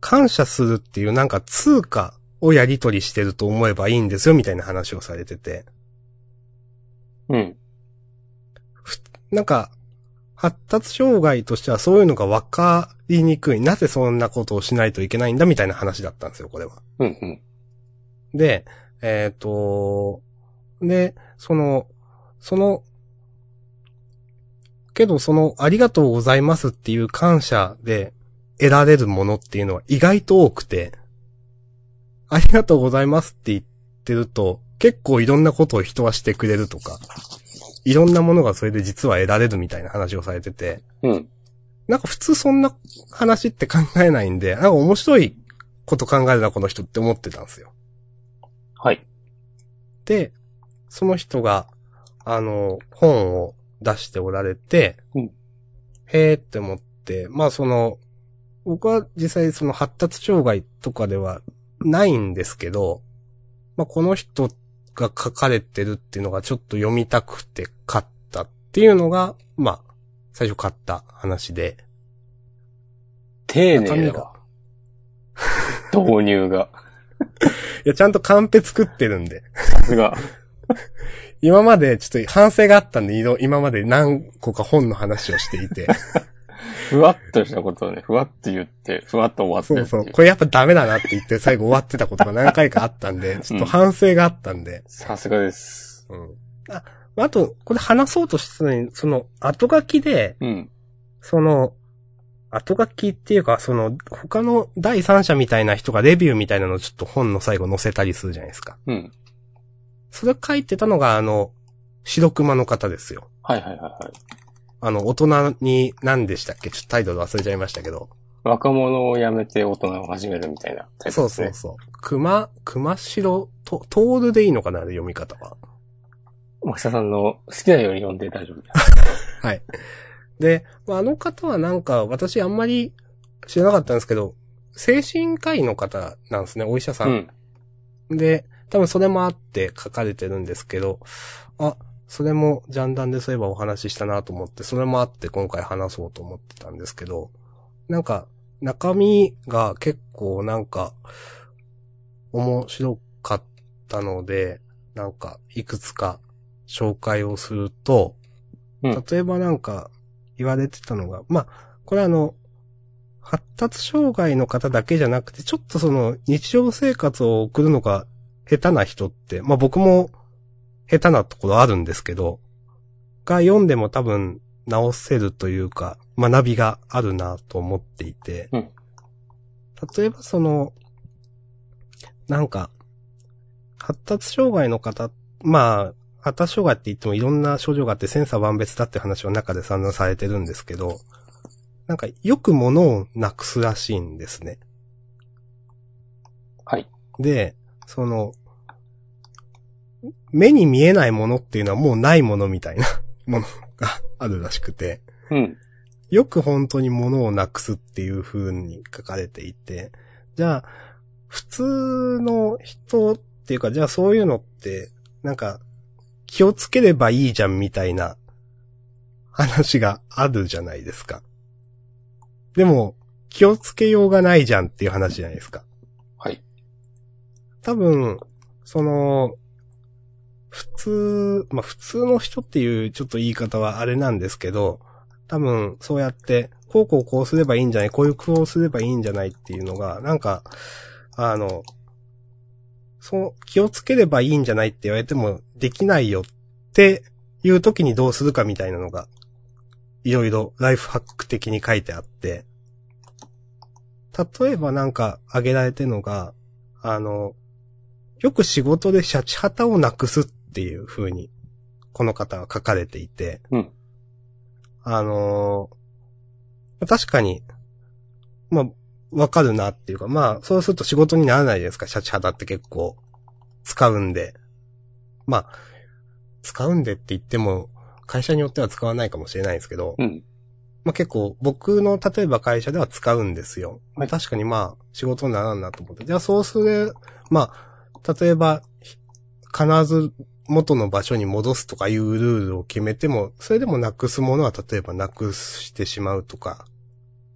S1: 感謝するっていうなんか通貨をやり取りしてると思えばいいんですよみたいな話をされてて。
S2: うん。
S1: なんか、発達障害としてはそういうのが分かりにくい。なぜそんなことをしないといけないんだみたいな話だったんですよ、これは。
S2: うん。うん。
S1: で、えっ、と、で、その、その、けどその、ありがとうございますっていう感謝で得られるものっていうのは意外と多くて、ありがとうございますって言ってると、結構いろんなことを人はしてくれるとか、いろんなものがそれで実は得られるみたいな話をされてて、
S2: うん。
S1: なんか普通そんな話って考えないんで、なんか面白いこと考えるな、この人って思ってたんですよ。
S2: はい。
S1: で、その人が、あの、本を出しておられて、
S2: うん
S1: へーって思って、まあその、僕は実際その発達障害とかではないんですけど、まあこの人が書かれてるっていうのがちょっと読みたくて買ったっていうのが、まあ、最初買った話で。
S2: 丁
S1: 中身
S2: 寧だ
S1: が
S2: わ。導入が。
S1: いや、ちゃんとカンペ作ってるんで。
S2: さすが。
S1: 今までちょっと反省があったんで、いろ今まで何個か本の話をしていて。
S2: ふわっとしたことをね、ふわっと言って、ふわっと終わって
S1: そ
S2: る
S1: う
S2: ってい
S1: そう。これやっぱダメだなって言って最後終わってたことが何回かあったんで、ちょっと反省があったんで。
S2: さすがです。
S1: うん。あ、あと、これ話そうとしてたのに、その、後書きで、
S2: うん。
S1: その、後書きっていうか、その、他の第三者みたいな人がレビューみたいなのをちょっと本の最後載せたりするじゃないですか。
S2: うん。
S1: それ書いてたのが、あの、白熊の方ですよ。
S2: はいはいはいはい。
S1: あの、大人に何でしたっけちょっとタイトル忘れちゃいましたけど。
S2: 若者を辞めて大人を始めるみたいなタイプ
S1: そう
S2: です
S1: そ
S2: ね
S1: う。そう。熊、熊白、と、トールでいいのかなあれ読み方は。
S2: マ下さんの好きなように読んで大丈夫だ。
S1: はい。で、まああの方はなんか、私あんまり知らなかったんですけど、精神科医の方なんですね、お医者さ。
S2: うんん。
S1: で、多分それもあって書かれてるんですけど、あ、それもジャンダンでそういえばお話ししたなと思って、それもあって今回話そうと思ってたんですけど、なんか、中身が結構なんか、面白かったので、なんか、いくつか紹介をすると、
S2: うん
S1: 例えばなんか、言われてたのが、まあ、これあの、発達障害の方だけじゃなくて、ちょっとその、日常生活を送るのが下手な人って、まあ僕も下手なところあるんですけど、が読んでも多分直せるというか、学びがあるなと思っていて、
S2: うん
S1: 例えばその、なんか、発達障害の方、まあ、発達障害って言ってもいろんな症状があって千差万別だって話は中で散々されてるんですけど、なんかよく物をなくすらしいんですね。
S2: はい。
S1: で、その、目に見えないものっていうのはもうないものみたいなものがあるらしくて、
S2: うん。
S1: よく本当に物をなくすっていう風に書かれていて、じゃあ、普通の人っていうか、じゃあそういうのって、なんか、気をつければいいじゃんみたいな話があるじゃないですか。でも、気をつけようがないじゃんっていう話じゃないですか。
S2: はい。
S1: 多分、その、普通、まあ普通の人っていうちょっと言い方はあれなんですけど、多分そうやって、こうこうこうすればいいんじゃない、こういう工夫をすればいいんじゃないっていうのが、なんか、あの、そう、気をつければいいんじゃないって言われてもできないよっていう時にどうするかみたいなのが、いろいろライフハック的に書いてあって、例えばなんか挙げられてるのが、あの、よく仕事でシャチハタをなくすっていう風に、この方は書かれていて、
S2: うん
S1: あのー確かに、まあ、わかるなっていうか、まあ、そうすると仕事にならないじゃないですか、シャチハタって結構、使うんで。まあ、使うんでって言っても、会社によっては使わないかもしれないんですけど、
S2: うん。
S1: まあ、結構僕の例えば会社では使うんですよ。
S2: はい
S1: 確かにまあ仕事にならんなと思って。じゃあそうする、まあ、例えば、ひ必ず元の場所に戻すとかいうルールを決めても、それでもなくすものは例えばなくしてしまうとか、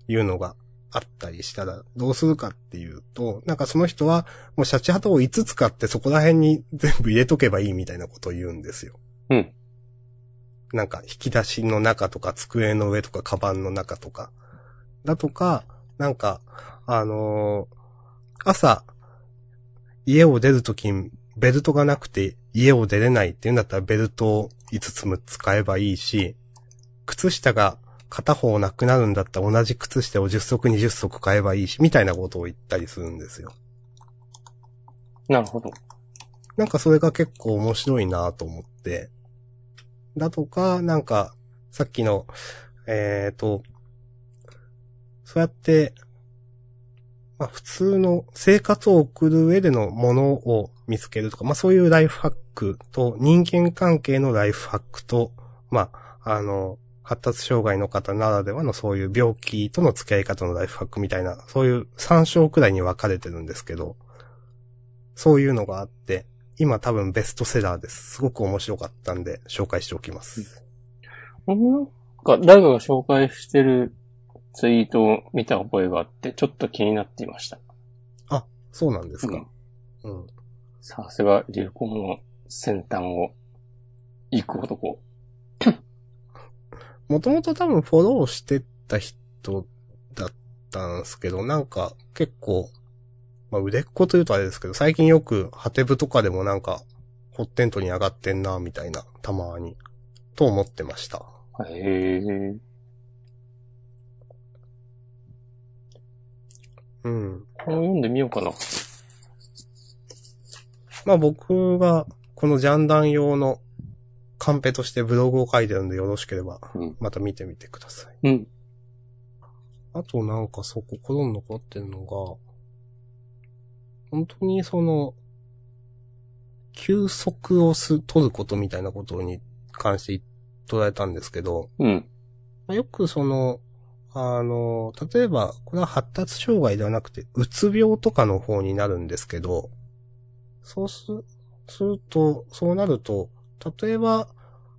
S1: いうのがあったりしたら、どうするかっていうと、なんかその人はもうシャチハタを5つ買ってそこら辺に全部入れとけばいいみたいなことを言うんですよ。
S2: うん。
S1: なんか引き出しの中とか机の上とかカバンの中とか。だとか、なんか、あのー朝、家を出るときにベルトがなくて家を出れないっていうんだったらベルトを5つ6つ買えばいいし、靴下が片方なくなるんだったら同じ靴下を10足20足買えばいいし、みたいなことを言ったりするんですよ。
S2: なるほど。
S1: なんかそれが結構面白いなと思って。だとか、なんか、さっきの、えっ、と、そうやって、まあ普通の生活を送る上でのものを見つけるとか、まあそういうライフハックと人間関係のライフハックと、まあ、あの、発達障害の方ならではのそういう病気との付き合い方のライフハックみたいな、そういう3章くらいに分かれてるんですけど、そういうのがあって、今多分ベストセラーです。すごく面白かったんで紹介しておきます。
S2: なんか、誰かが紹介してるツイートを見た覚えがあって、ちょっと気になっていました。
S1: そうなんです
S2: う
S1: か
S2: ん。
S1: うん。
S2: さすが、流行の先端を行く男。
S1: もともと多分フォローしてた人トだったんですけど、なんか結構、まあ腕っ子というとあれですけど、最近よくハテブとかでもなんか、ホッテントに上がってんな、みたいな、たまに、と思ってました。
S2: へえ。
S1: うん。
S2: これも読んでみようかな。
S1: まあ僕が、このジャンダン用のカンペとしてブログを書いてるんで、よろしければ
S2: うん、
S1: また見てみてください。
S2: うん。
S1: あとなんかそう、心に残ってるのが、本当にその、休息をす、取ることみたいなことに関して捉えたんですけど、
S2: うん。
S1: まあよくその、あの、例えば、これは発達障害ではなくて、うつ病とかの方になるんですけど、そうす、すると、そうなると、例えば、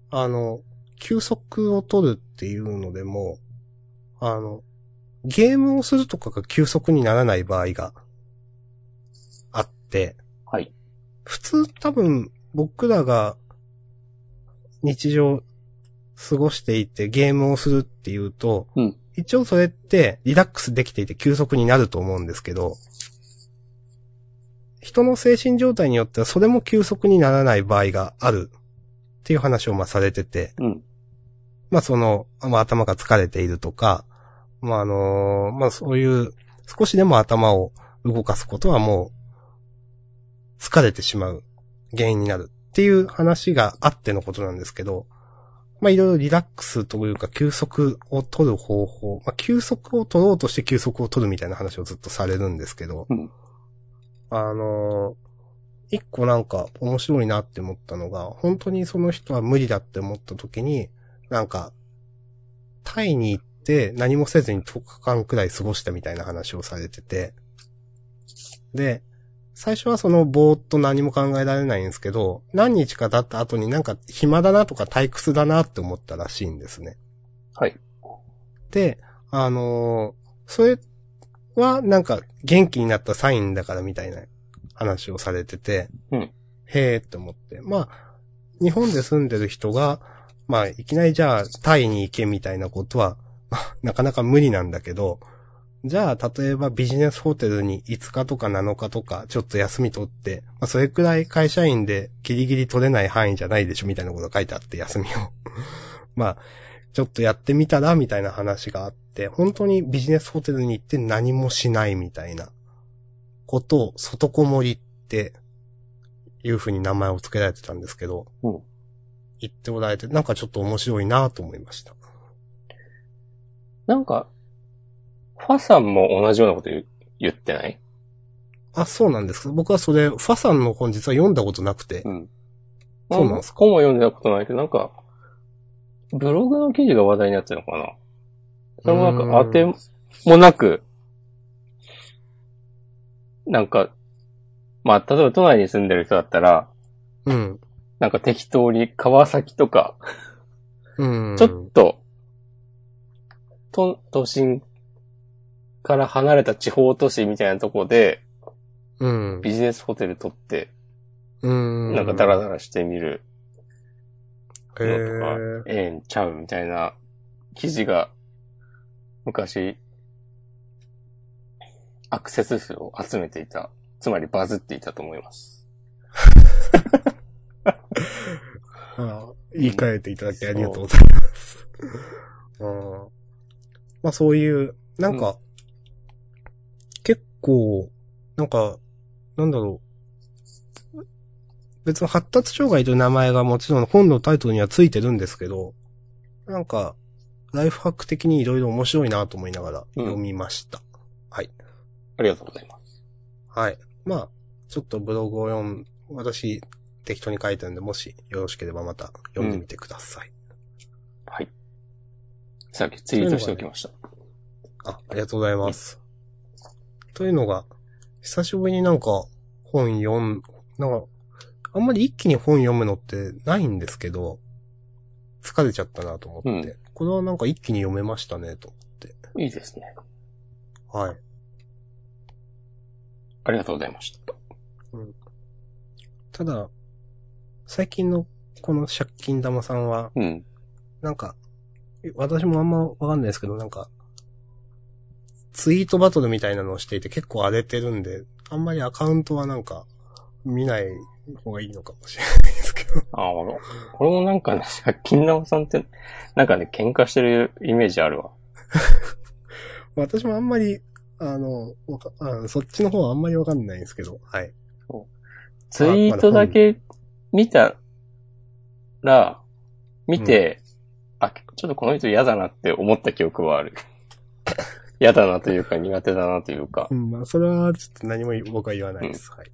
S1: あの、休息を取るっていうのでも、あの、ゲームをするとかが休息にならない場合があって、
S2: はい。
S1: 普通多分僕らが日常過ごしていてゲームをするっていうと、
S2: うん
S1: 一応それってリラックスできていて休息になると思うんですけど、人の精神状態によってはそれも休息にならない場合があるっていう話をまあされてて、
S2: うん。
S1: まあその、まあ頭が疲れているとか、まああのーまあそういう、少しでも頭を動かすことはもう、疲れてしまう原因になるっていう話があってのことなんですけど、まあいろいろリラックスというか休息を取る方法、まあ休息を取ろうとして休息を取るみたいな話をずっとされるんですけど、
S2: うん
S1: あのー一個なんか面白いなって思ったのが、本当にその人は無理だって思った時に、なんか、タイに行って何もせずに10日間くらい過ごしたみたいな話をされてて、で、最初はそのぼーっと何も考えられないんですけど、何日か経った後になんか暇だなとか退屈だなって思ったらしいんですね。
S2: はい。
S1: で、あのーそれはなんか元気になったサインだからみたいな話をされてて、
S2: うん
S1: へーって思って。まあ、日本で住んでる人が、まあ、いきなりじゃあ、タイに行けみたいなことは、 まあなかなか無理なんだけど、じゃあ、例えばビジネスホテルに5日とか7日とか、ちょっと休み取って、まあ、それくらい会社員でギリギリ取れない範囲じゃないでしょ、みたいなことが書いてあって、休みを。 まあ、ちょっとやってみたら、みたいな話があって、本当にビジネスホテルに行って何もしないみたいなことを、外こもりっていう風に名前を付けられてたんですけど、
S2: うん
S1: 言っておられて、なんかちょっと面白いなと思いました。
S2: なんか、ファさんも同じようなこと言う言ってない
S1: あ、そうなんですか。僕はそれ、ファさんの本実は読んだことなくて
S2: う、ん。
S1: そうなんですか
S2: 本も読んでたことないけど、なんか、ブログの記事が話題になってるのかなそれもなんか当てもなく、なんか、まあ、例えば都内に住んでる人だったら、
S1: うん。
S2: なんか適当に川崎とか、
S1: うん。
S2: ちょっと、と、都心から離れた地方都市みたいなとこで、
S1: うん。
S2: ビジネスホテル取って、
S1: うん。
S2: なんかダラダラしてみる
S1: へ
S2: のとか
S1: ー、
S2: ええんちゃうみたいな記事が、昔、アクセス数を集めていた。つまりバズっていたと思います。
S1: あ言い換えていただきありがとうございます。 うん、まあそういう、なんか、結構、なんか、なんだろう。別に発達障害という名前がもちろん本のタイトルにはついてるんですけど、なんか、ライフハック的にいろいろ面白いなと思いながら読みました。
S2: ありがとうございます。
S1: はい。まあ、ちょっとブログを読む、私、適当に書いてるんで、もしよろしければまた読んでみてください。
S2: はい。さっきツイートしておきました。
S1: あ、ありがとうございます。というのが、久しぶりになんか本読ん、なんか、あんまり一気に本読むのってないんですけど、疲れちゃったなと思って、
S2: うん
S1: これはなんか一気に読めましたね、と。
S2: いいですね。
S1: はい。
S2: ありがとうございました。
S1: ただ、最近のこの借金玉さんは、
S2: うん。
S1: なんか、私もあんまわかんないですけど、なんか、ツイートバトルみたいなのをしていて結構荒れてるんで、あんまりアカウントはなんか、見ない方がいいのかもしれないですけど。
S2: ああ、俺これもなんかね、 さっきんなおさんって、なんかね、喧嘩してるイメージあるわ。
S1: 私もあんまり、あの、わかあそっちの方はあんまりわかんないんですけど、はい。
S2: ツイートだけ見たら、見て、あ、ちょっとこの人嫌だなって思った記憶はある。 嫌だなというか苦手だなというか
S1: う、ん、まあ、それはちょっと何も僕は言わないです。はい。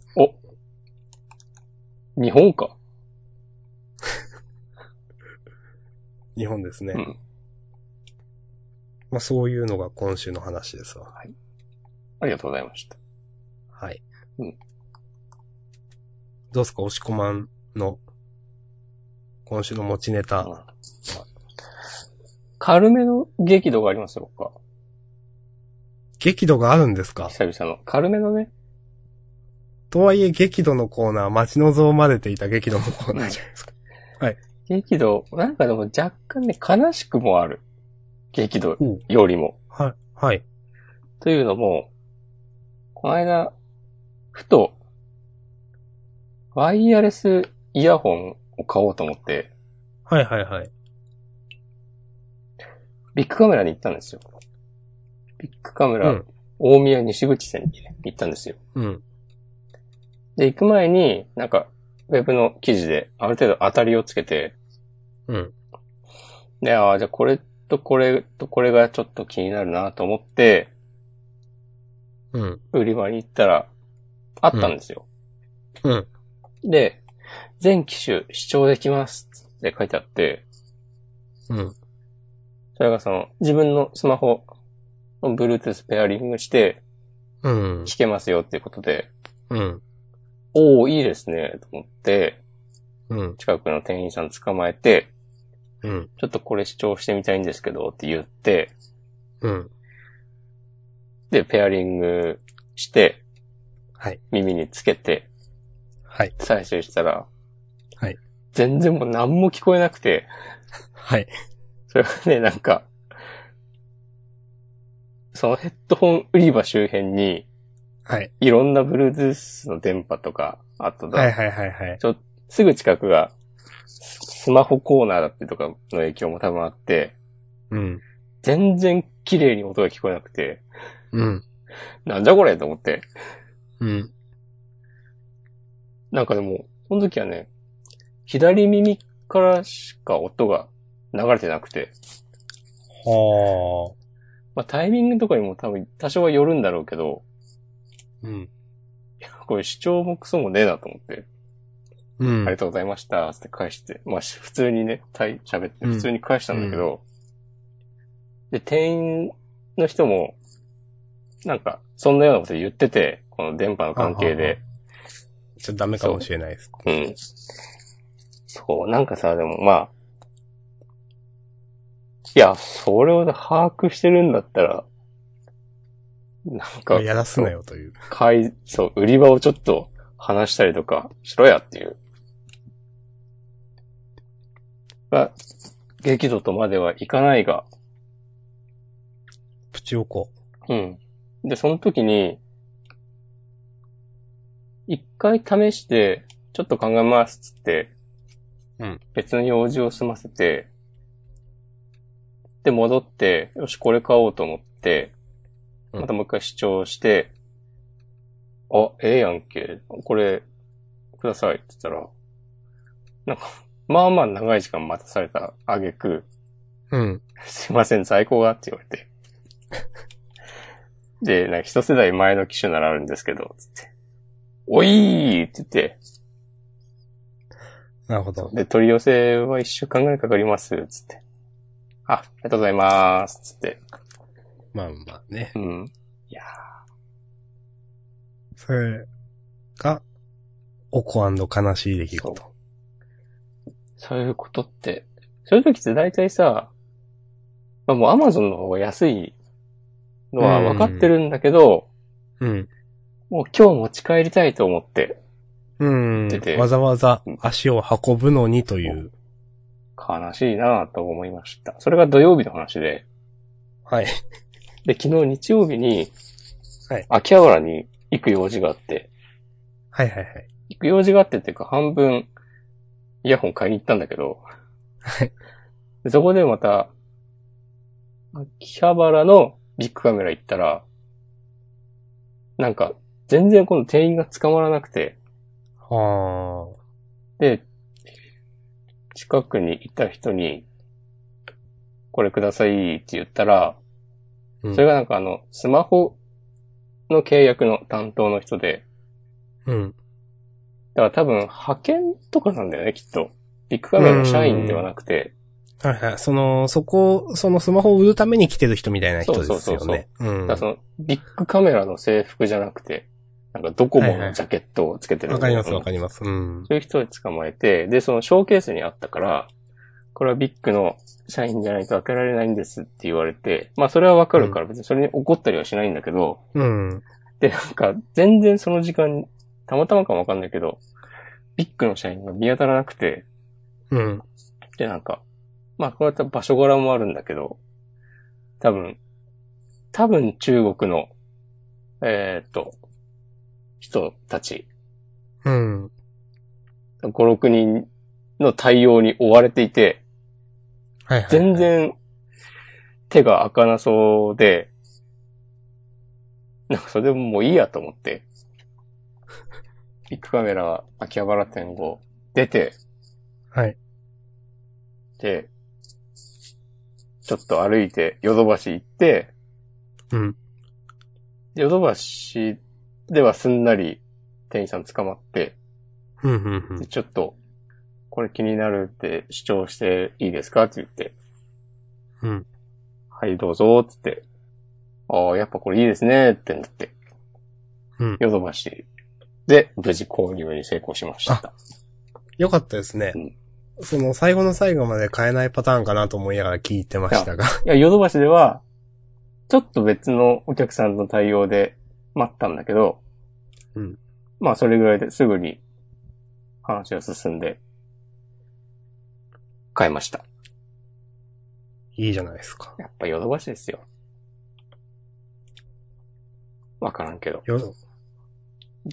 S2: 日本か。
S1: 日本ですね。
S2: うん
S1: まあ、そういうのが今週の話ですわ。
S2: ありがとうございました。
S1: はい。
S2: うん
S1: どうすか、押し込まんの、今週の持ちネタ。
S2: うん軽めの激怒がありますよ、僕は。
S1: 激怒があるんですか
S2: 久々の。軽めのね。
S1: とはいえ、激怒のコーナー、待ち望まれていた激怒のコーナーじゃないですか。
S2: 激怒、なんかでも若干ね、悲しくもある。激怒
S1: うん
S2: よりも。
S1: はい。はい。
S2: というのも、この間、ふと、ワイヤレスイヤホンを買おうと思って、
S1: はいはいはい。
S2: ビッグカメラに行ったんですよ。ビッグカメ
S1: う
S2: ラ、
S1: ん。
S2: 大宮西口店にね行ったんですよ。
S1: うん。
S2: で、行く前に、なんか、ウェブの記事で、ある程度当たりをつけて、
S1: うん。
S2: で、ああ、じゃあこれとこれとこれがちょっと気になるなと思って、
S1: うん。
S2: 売り場に行ったら、あったんですよ。
S1: うん。
S2: で、全機種視聴できますって書いてあって、
S1: うん。
S2: それがその、自分のスマホの Bluetooth ペアリングして
S1: うん。
S2: 聞けますよっていうことで、
S1: うん。
S2: おおいいですね、と思って、
S1: うん。
S2: 近くの店員さん捕まえて、
S1: うん。
S2: ちょっとこれ視聴してみたいんですけど、って言って、
S1: うん。
S2: で、ペアリングして、
S1: はい。
S2: 耳につけて、
S1: はい。
S2: 再生したら、
S1: はい。
S2: 全然もう何も聞こえなくて、
S1: はい。
S2: それがね、なんか、そのヘッドホン売り場周辺に、
S1: はい。
S2: いろんな Bluetooth の電波とか、あとだ、
S1: はいはいはいはい。
S2: すぐ近くが、ススマホコーナーだってとかの影響も多分あって、
S1: うん。
S2: 全然綺麗に音が聞こえなくて、
S1: うん。
S2: なんじゃこれと思って。
S1: うん。
S2: なんかでも、その時はね、左耳からしか音が流れてなくて、
S1: は
S2: まあタイミングとかにも多分多少はよるんだろうけど、
S1: あ。うん。
S2: これ主張もクソもねえなと思って、
S1: う
S2: あり
S1: ん
S2: が。とうございました、つって返して、まあ、し普通にね、タイ喋って、
S1: うん
S2: 普通に返したんだけど、で、店員の人も、なんか、そんなようなこと言ってて、この電波の関係で、
S1: ちょっとダメかもしれないです。
S2: うん。そう、なんかさ、でもまあ、いや、それを把握してるんだったら、なんか、
S1: やらすなよという。
S2: 買い、そう、売り場をちょっと話したりとかしろやっていう。が、激怒とまではいかないが、
S1: プチおこ。
S2: うん。で、その時に、一回試して、ちょっと考えますっつって、
S1: うん。
S2: 別の用事を済ませて、で、戻って、よし、これ買おうと思って、
S1: うん
S2: またもう一回視聴して、あ、ええやんけ、これ、くださいって言ったら、なんか、まあまあ長い時間待たされた挙句、
S1: うん。
S2: すいません、在庫がって言わ れて。で、なんか一世代前の機種ならあるんですけど、つって。おいーって言って、
S1: なるほど。
S2: で、取り寄せは一週間ぐらいかかります、つって。あ、ありがとうございます、つって。
S1: まあまあね。
S2: うん。
S1: それが、おこ悲しい出来
S2: そう
S1: 事。。
S2: そういうことって。そういう時って大体さ、まあもうアマゾンの方が安いのは分かってるんだけど、
S1: うん。
S2: もう今日持ち帰りたいと思って、
S1: うん
S2: 出て。
S1: わざわざ足を運ぶのにという。
S2: 悲しいなぁと思いました。それが土曜日の話で、
S1: はい。
S2: で、昨日日曜日に
S1: はい、
S2: 秋葉原に行く用事があって、
S1: はいはいはい。
S2: 行く用事があってっていうか半分、イヤホン買いに行ったんだけど、
S1: はい。
S2: でそこでまた、秋葉原のビッグカメラ行ったら、なんか、全然この店員が捕まらなくて、
S1: は
S2: で、近くにいた人に、これくださいって言ったら、
S1: うん
S2: それがなんかあの、スマホの契約の担当の人で、
S1: あ。うん。
S2: だから多分派遣とかなんだよね、きっと。ビッグカメラの社員ではなくて、
S1: はいはい。その、そこ、そのスマホを売るために来てる人みたいな人ですよね。
S2: そうそうそう
S1: う
S2: だ
S1: ん。
S2: からそのビッグカメラの制服じゃなくて、なんかドコモのジャケットをつけてる。
S1: わかりますわかります。うん。
S2: そういう人を捕まえて、で、そのショーケースにあったから、これはビッグの社員じゃないと開けられないんですって言われて、まあそれはわかるから別にそれに怒ったりはしないんだけど、
S1: うん。
S2: で、なんか全然その時間に、たまたまかもわかんないけど、ビッグの社員が見当たらなくて、
S1: うん。
S2: で、なんか、まあこうやった場所柄もあるんだけど、多分、多分中国の、えーっと、人たち
S1: うん。
S2: 5、6人の対応に追われていて、
S1: はいはい。
S2: 全。然手が開かなそうで、なんかそれでももういいやと思って、ビッグカメラ秋葉原店を出て、
S1: はい。
S2: で、ちょっと歩いてヨドバシ行って、
S1: うん。
S2: ヨドバシではすんなり店員さん捕まって、
S1: うん、うん、
S2: でちょっと、これ気になるって主張していいですかって言って。
S1: うん。
S2: はい、どうぞ、つって。ああ、やっぱこれいいですね、ってなって。
S1: うん。
S2: ヨドバシで、無事購入に成功しました。
S1: よかったですね
S2: うん。
S1: その、最後の最後まで買えないパターンかなと思いながら聞いてましたが。
S2: いや、ヨドバシでは、ちょっと別のお客さんの対応で待ったんだけど、
S1: うん。
S2: まあ、それぐらいですぐに話が進んで、買いました。
S1: いいじゃないですか。
S2: やっぱヨドバシですよ。わからんけど。
S1: よ、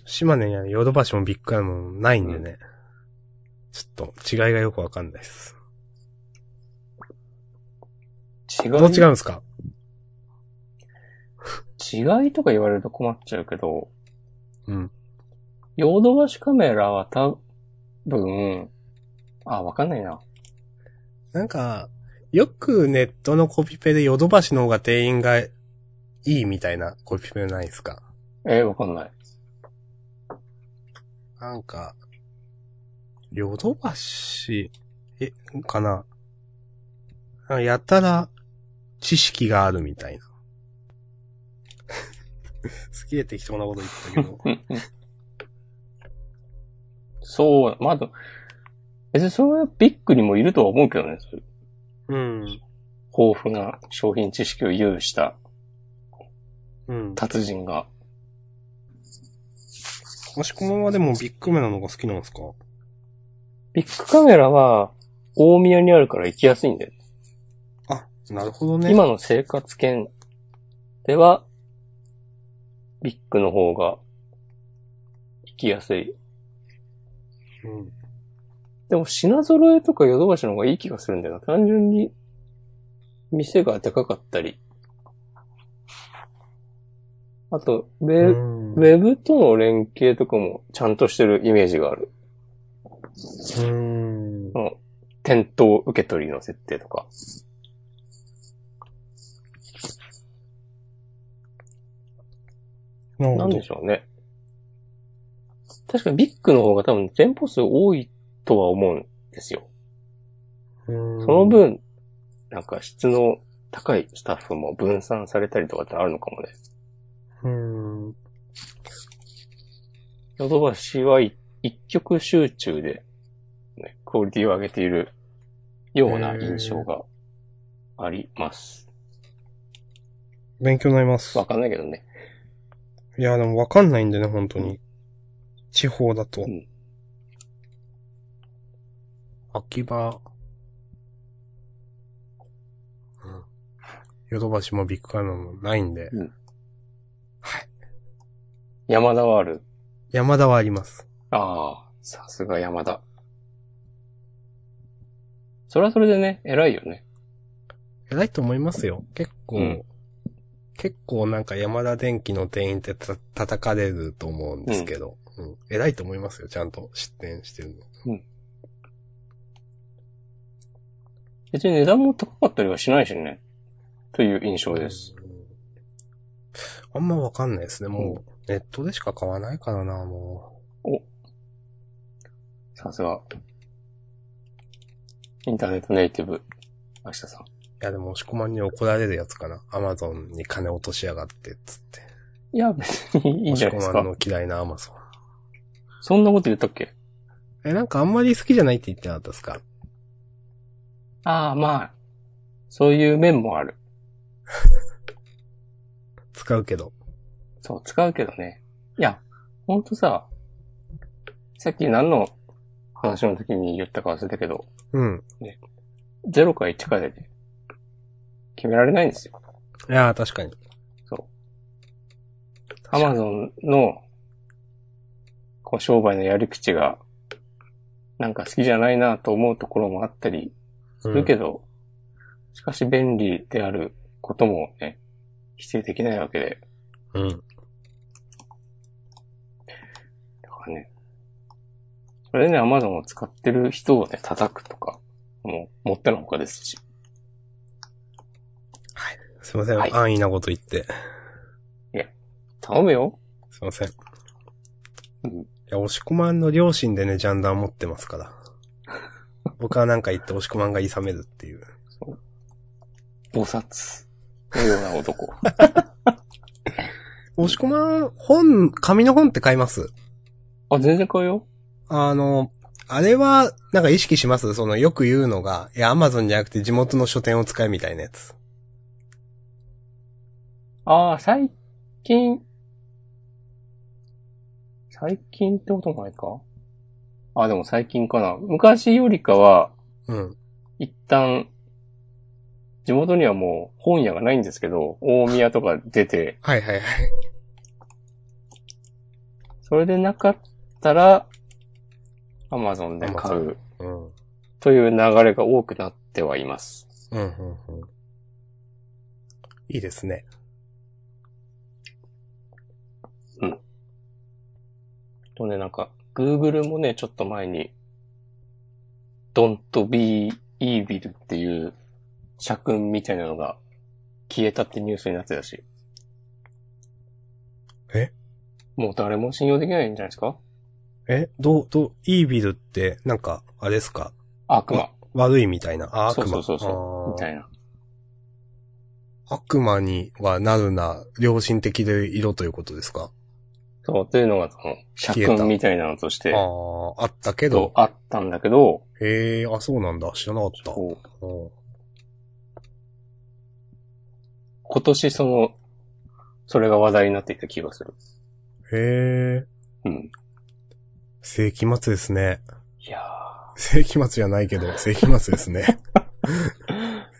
S1: 島根にあるヨドバシもビッグカメラもないんでね。ちょっと違いがよくわかんないです。
S2: 違い、
S1: どう違うんですか
S2: 違いとか言われると困っちゃうけど、
S1: うん。
S2: ヨードバシカメラは多分、あ、わかんないな。
S1: なんか、よくネットのコピペでヨドバシの方が店員がいいみたいなコピペないですか
S2: えわかんない。
S1: なんか、ヨドバシ、え、かななんかやたら、知識があるみたいな。 すげえ適当なこと言ったけど。
S2: そう、まあ、あと、別にそれはビッグにもいるとは思うけどね。そういう
S1: うん。
S2: 豊富な商品知識を有した
S1: うん。
S2: 達人が。
S1: もしこのままでもビッグメなのが好きなんですか
S2: ビッグカメラは、大宮にあるから行きやすいんだよ。
S1: あ、なるほどね。
S2: 今の生活圏では、ビッグの方が行きやすい。
S1: うん。
S2: でも品揃えとかヨドバシの方がいい気がするんだよな。単純に、店がでかかったり。あと、
S1: う
S2: ウェ,、
S1: ん
S2: ウェブとの連携とかもちゃんとしてるイメージがある。
S1: うん
S2: その店頭受け取りの設定とか。
S1: なる
S2: な
S1: ほ
S2: ん
S1: ど
S2: で。しょうね。確かにビッグの方が多分店舗数多いとは思うんですよ。
S1: そ
S2: その、分、なんか質の高いスタッフも分散されたりとかってあるのかもね。
S1: うん。
S2: ヨドバシはい一極集中で、ね、クオリティを上げているような印象があります。
S1: 勉強になります。
S2: わかんないけどね。
S1: いや、でもわかんないんでね、本当に。地方だと。
S2: うん
S1: 秋葉。ヨドバシもビッグカメラもないんで、
S2: うん
S1: はい。
S2: 山田はある。
S1: 山田はあります。
S2: ああ、さすが山田。それはそれでね、偉いよね。
S1: 偉いと思いますよ。結構、
S2: うん
S1: 結構なんか山田電機の店員ってた叩かれると思うんですけど、うん偉いと思いますよ。ちゃんと出店してるの。
S2: 別に値段も高かったりはしないしね。という印象です。
S1: うん。あんまわかんないですね。もう、ネットでしか買わないからな、も
S2: さすが。インターネットネイティブ、明日さん。
S1: う。いや、でも、押し込まんに怒られるやつかな。アマゾンに金落としやがって、つって。
S2: いや、別にいいんじゃない
S1: 押
S2: で
S1: し
S2: す
S1: 込ま
S2: か
S1: ん。の嫌いなアマゾン。
S2: そんなこと言ったっけ
S1: え、なんかあんまり好きじゃないって言ってなかったですか
S2: ああ、まあ、そういう面もある。
S1: 使うけど。
S2: そう、使うけどね。いや、ほんとさ、さっき何の話の時に言ったか忘れたけど、
S1: うん。
S2: 0か1かでね、決められないんですよ。
S1: いやー、確かに。
S2: アマゾンの、こう、商売のやり口が、なんか好きじゃないなと思うところもあったりするけど、しかし便利であることもね、否定できないわけで、
S1: うん。
S2: だからね、それでね、アマゾンを使ってる人をね、叩くとか、もう、もってのほかですし。
S1: すいません。
S2: はい
S1: 安易なこと言って。
S2: 頼むよ。
S1: すいません。い
S2: うん
S1: や、押し込まんの両親でね、ジャンダー持ってますから。僕はなんか言って押し込まんが諌めるっていう。
S2: 菩薩のような男。
S1: 押し込まん、本、紙の本って買います
S2: あ、全然買うよ。
S1: あの、あれは、なんか意識しますその、よく言うのが、いや、アマゾンじゃなくて地元の書店を使えみたいなやつ。
S2: ああ、最近、最近ってことないかあ、でも最近かな。昔よりかは、
S1: うん。
S2: 一旦、地元にはもう本屋がないんですけど、大宮とか出て、
S1: はいはいはい。
S2: それでなかったら、アマゾンで買
S1: Amazon
S2: う
S1: うん。うん
S2: という流れが多くなってはいます。
S1: うんうん。いいですね。
S2: とね、なんか、Google もね、ちょっと前に、Don't be evil っていう社訓みたいなのが消えたってニュースになってたし。
S1: え
S2: もう誰も信用できないんじゃないですか
S1: え、どう、どう、イービルって、なんか、あれですか
S2: 悪魔
S1: 悪いみたいな。あ、悪魔。
S2: そうそうそうそう。み
S1: あー
S2: たいな。
S1: 悪魔にはなるな、良心的で色ということですか
S2: そう、というのが、その、社
S1: 消えた
S2: 訓みたいなのとし
S1: あ
S2: て、
S1: あ、あったけ
S2: そう
S1: ど。
S2: あったんだけど、
S1: へえ、あ、そうなんだ。知らなかった。
S2: こう
S1: うん
S2: 今年その、それが話題になっていた気がする。
S1: へえ、
S2: うん。
S1: 世紀末ですね。
S2: いやー
S1: 世紀末じゃないけ ど、世紀末です ね。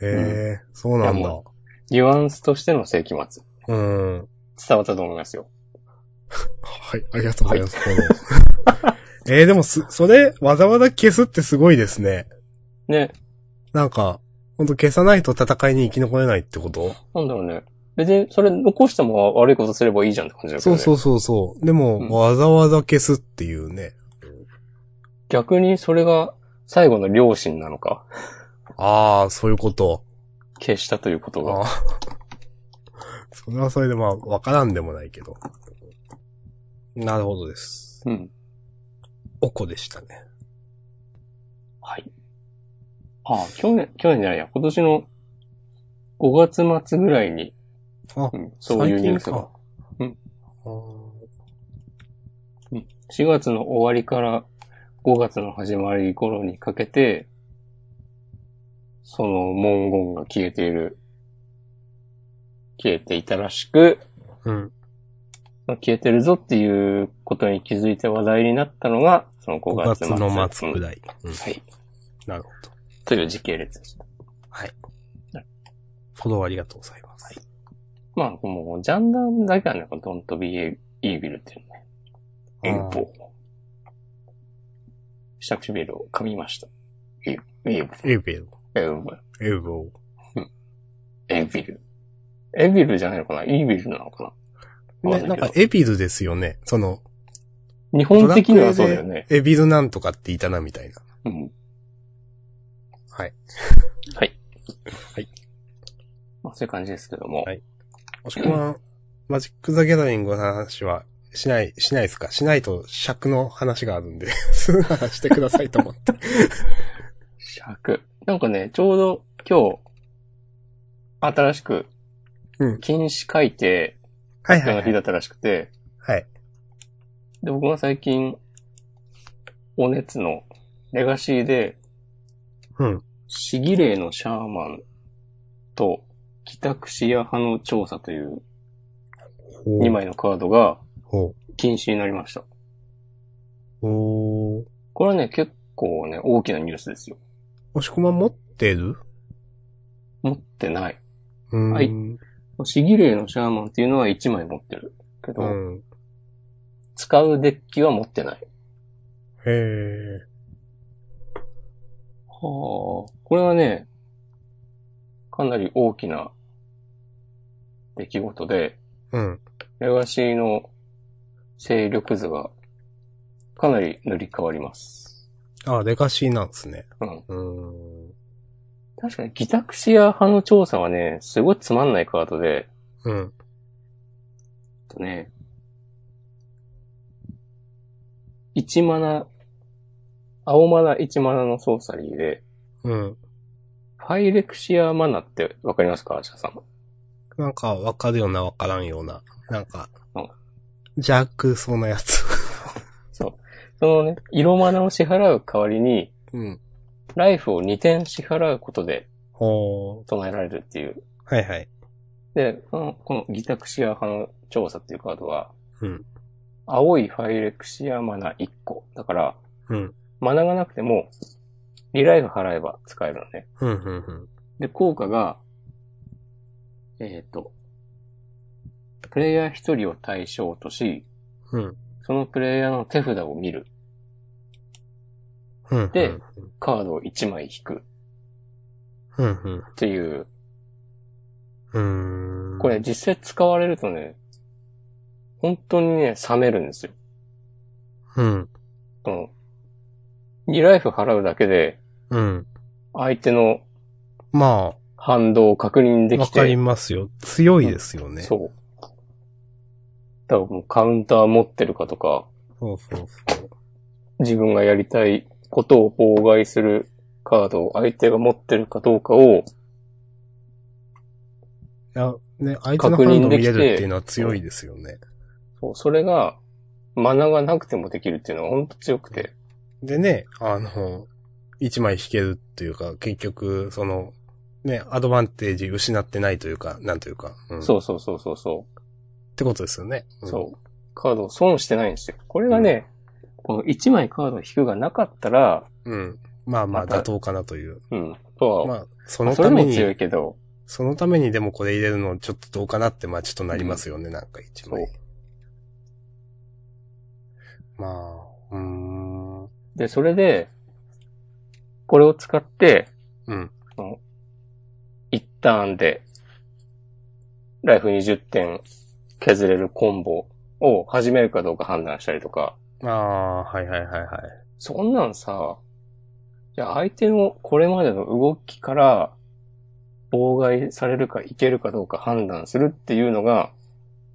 S1: へえ、そうなん
S2: いや
S1: だ。
S2: ニュアンスとしての世紀末。
S1: うん。
S2: 伝わったと思いますよ。
S1: はい、ありがとうございます。フォ ローえー、でもす、それ、わざわざ消すってすごいですね。
S2: ね、
S1: なんか、ほんと消さないと戦いに生き残れないってこと
S2: なんだろうね。別に、それ残しても悪いことすればいいじゃんって感じだけど、
S1: そう
S2: ね。
S1: そうそうそう。でも、
S2: うん
S1: わざわざ消すっていうね。
S2: 逆にそれが最後の良心なのか、
S1: ああ、そういうこと。
S2: 消したということ
S1: あ
S2: が。
S1: あ。 それはそれでまあ、わからんでもないけど。なるほどです。
S2: うん。
S1: おこでしたね。
S2: はい。ああ、去年、去年じゃないや、今年の5月末ぐらいに、
S1: あ
S2: うんそういうニュース
S1: 最
S2: が。うん
S1: あー
S2: 4月の終わりから5月の始まり頃にかけて、その文言が消えている、消えていたらしく、
S1: うん。
S2: 消えてるぞっていうことに気づいて話題になったのが、その5
S1: 5
S2: 月
S1: 月
S2: 末。
S1: の末く
S2: い。
S1: らい。うん
S2: はい。
S1: なるほど。
S2: という時系列でした。
S1: はい。フォローありがとうございます。
S2: まあ、もう、ジャンダンだけなんだから、ドントビーイービルっていうね。英
S1: あー
S2: 語。下唇を噛みました。エーエーブ
S1: エウベル。
S2: エーブ
S1: エウボ
S2: エービル。エービルじゃないのかなイービルなのか
S1: ー。
S2: な
S1: ね、なんか、エビルですよね。その、
S2: 日本的にはそうだよね。
S1: エビルなんとかっていたな、みたいな。
S2: うん。
S1: はい。
S2: はい。
S1: はい。
S2: まあ、そういう感じですけども。
S1: はいもしくは、マジック・ザ・ギャラリングの話は、しない、しないですかしないと尺の話があるんで、 すぐ話してくださいと思って。
S2: 尺。なんかね、ちょうど今日、新しく
S1: うん、
S2: 禁止書いて、
S1: はい
S2: 発
S1: はい、
S2: 表の
S1: は
S2: 日
S1: い。
S2: だったらしくて、
S1: はい。
S2: で、僕が最近、お熱のレガシーで、
S1: うん。
S2: シギレイのシャーマンと、帰宅シア派の調査という
S1: ほう
S2: 2。枚のカードが
S1: ほ
S2: 禁止になりました。
S1: う。おー。
S2: これはね、結構ね、大きなニュースですよ。
S1: 押し込まん持ってる
S2: 持ってない。
S1: うーん。
S2: はい
S1: うん。
S2: シギレイのシャーマンっていうのは1枚持ってるけど、使うデッキは持ってない。
S1: へえ。
S2: はあ、これはね、かなり大きな出来事で、
S1: うん。
S2: レガシーの勢力図がかなり塗り替わります。
S1: あ、レガシーなんですね。
S2: うん。
S1: うーん。
S2: 確かに、ギタクシア派の調査はね、すごいつまんないカードで、
S1: うん。
S2: えっとね、1マナ、青マナ1マナのソーサリーで、
S1: うん。
S2: ファイレクシアマナってわかりますかアシャさん。
S1: なんか、わかるような、わからんような。なんか
S2: うん、
S1: 邪悪そうなやつ。
S2: そう。そのね、色マナを支払う代わりに、
S1: うん。
S2: ライフを2点支払うことで
S1: ほ
S2: 唱えられるっていう
S1: ー。はいはい。
S2: で、この、このギタクシア派の調査っていうカードは、
S1: うん
S2: 青いファイレクシアマナ1個。だから、
S1: うん。
S2: マナがなくても、リライフ払えば使えるのね。
S1: うん、うん、
S2: で、効果が、えっ、と、プレイヤー1人を対象とし、
S1: うん。うん。
S2: そのプレイヤーの手札を見る。
S1: うん。
S2: で
S1: うん、
S2: カードを1枚引く
S1: うん、
S2: っていう、
S1: うん。うーん。
S2: これ実際使われるとね、本当にね、冷めるんですよ。
S1: うん。
S2: その、リライフ払うだけで、
S1: うん。
S2: 相手の
S1: ま
S2: 反動を確認
S1: あ、
S2: で
S1: わ
S2: き
S1: かり
S2: て、
S1: ますよ。強いですよね。
S2: そう。だからもうカウンター持ってるかとか、
S1: そうそうそう。
S2: 自分がやりたいことを妨害するカードを相手が持ってるかどうかを、
S1: いや、ね、相手のハンド見れるっていうのは強いですよね。
S2: そうそれが、マナがなくてもできるっていうのは本当強くて、
S1: でね、あの、一枚引けるっていうか、結局、その、ね、アドバンテージ失ってないというか、なんというか。うん、。
S2: そううそうそうそうそ
S1: ってことですよね。
S2: う、そう。カードを損してないんですよ。これがね、この1枚カードを引くがなかったら、
S1: うん。うん。まあまあ、
S2: また
S1: 妥当かなという。
S2: うん、とは、
S1: まあ、そ
S2: まあ
S1: の
S2: それ
S1: た
S2: で
S1: め
S2: も強
S1: に
S2: い、けど、
S1: そのためにでもこれ入れるのちょっとどうかなって、まあちょっとなりますよね、なんか一枚
S2: そ。
S1: まあ、うーん。
S2: で、それで、これを使って、
S1: うん。
S2: 一ターンで、ライフ20点削れるコンボを始めるかどうか判断したりとか、
S1: ああ、はいはいはいはい。
S2: そんなんさ、じゃあ相手のこれまでの動きから、妨害されるかいけるかどうか判断するっていうのが、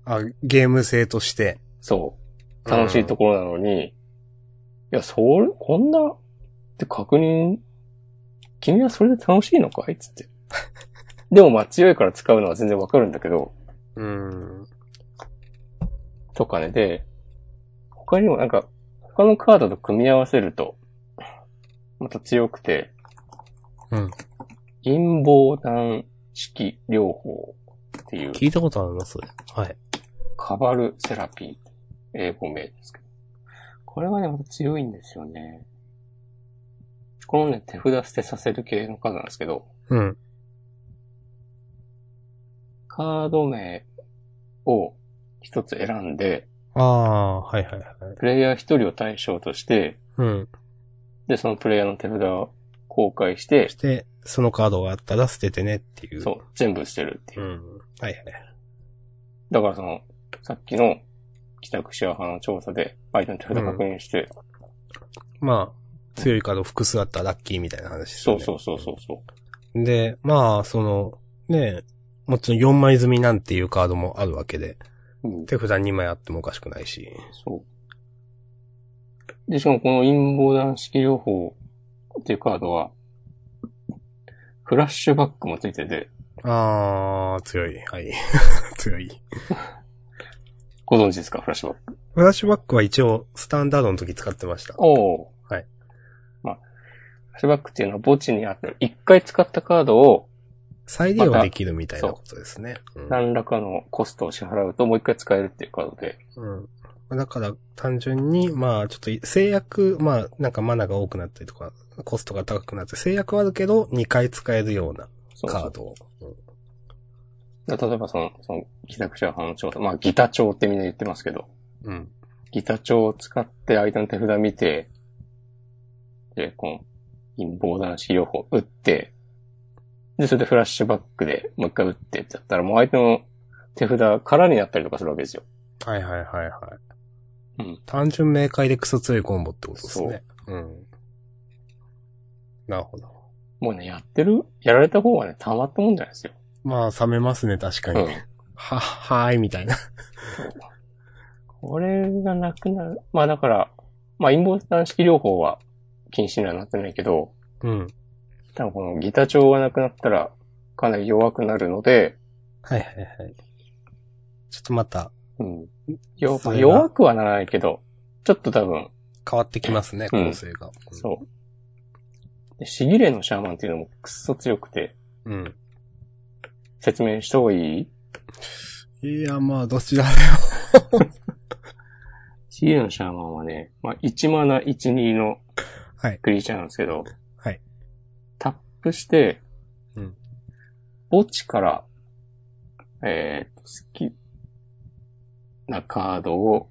S1: あ、ゲーム性として。
S2: そう、楽しいところなのに、いや、それ、こんな、って確認、君はそれで楽しいのかいつって。 でもまあ強いから使うのは全然わかるんだけど、
S1: うん。
S2: とかね、で、他にもなんか、他のカードと組み合わせると、また強くて、
S1: うん。
S2: 陰謀弾式療法っていう、
S1: 聞いたことありますはい。
S2: カバルセラピー、英語名ですけど。これはね、また強いんですよね。このね、手札捨てさせる系のカードなんですけど、
S1: うん。
S2: カード名を一つ選んで、
S1: ああ、はいはいはい。
S2: プレイヤー一人を対象として、
S1: うん。
S2: で、そのプレイヤーの手札を公開して
S1: そし、て、そのカードがあったら捨ててねっていう。
S2: そう、全部捨てるっていうう。
S1: ん。はいはいはい。
S2: だからその、さっきの帰宅シェア派の調査で、相手の手札確認して、
S1: まあ、強いカード複数あったらラッキーみたいな話です
S2: そ
S1: よ
S2: う
S1: ね。
S2: そうそうそうそう。
S1: う。で、まあ、その、ねえ、もちろん4枚積みなんていうカードもあるわけで、
S2: うん、
S1: 手札2枚あってもおかしくないし。
S2: そう。で、しかもこの陰謀弾式療法っていうカードは、フラッシュバックもついてて、
S1: あー、強い。はい。 強い。
S2: ご存知ですかフラッシュバック。
S1: フラッシュバックは一応、スタンダードの時使ってました。
S2: おお。
S1: はい。
S2: まあ、フラッシュバックっていうのは墓地にある一回使ったカードを
S1: 再利用できるみたいなことですね。うん
S2: 何らかのコストを支払うともう一回使えるっていうカードで。
S1: うん。だから、単純に、まあ、ちょっと制約、まあ、なんかマナが多くなったりとか、コストが高くなって、制約はあるけど、2回使えるような
S2: そうそう
S1: カードを。うん
S2: だから例えばその、その、ギタクシャ派の調査、まあギタ帳ってみんな言ってますけど、
S1: うん。
S2: ギタ帳を使って相手の手札見て、で、この、陰謀男子療法打って、で、それでフラッシュバックでもう一回打ってってやったら、もう相手の手札空になったりとかするわけですよ。
S1: はいはいはいは
S2: うん
S1: い。。単純明快でクソ強いコンボってことですね。うん。なるほど。
S2: もうね、やってる、やられた方はね、たまったもんじゃないですよ。
S1: まあ、冷めますね、確か
S2: う
S1: に。
S2: ん。
S1: は、はーい、みたいな。
S2: これがなくなる。まあだから、まあ陰謀男子療法は禁止にはなってないけど、
S1: うん。
S2: 多分このギター調がなくなったらかなり弱くなるので、
S1: はいはいはい。ちょっとまた
S2: うん。よ
S1: それが
S2: 弱くはならないけど、ちょっと多分、
S1: 変わってきますね、
S2: うん
S1: 構成が。
S2: そう。でシギレのシャーマンっていうのもくっそ強くて、
S1: うん。うん。
S2: 説明した方がいい
S1: いや、まあ、どちらでも。
S2: シギレのシャーマンはね、まあ、1マナ1、2の
S1: はい
S2: クリーチャーなんですけど、
S1: はい
S2: タップして、
S1: うん
S2: 墓地から、えー、好きなカードを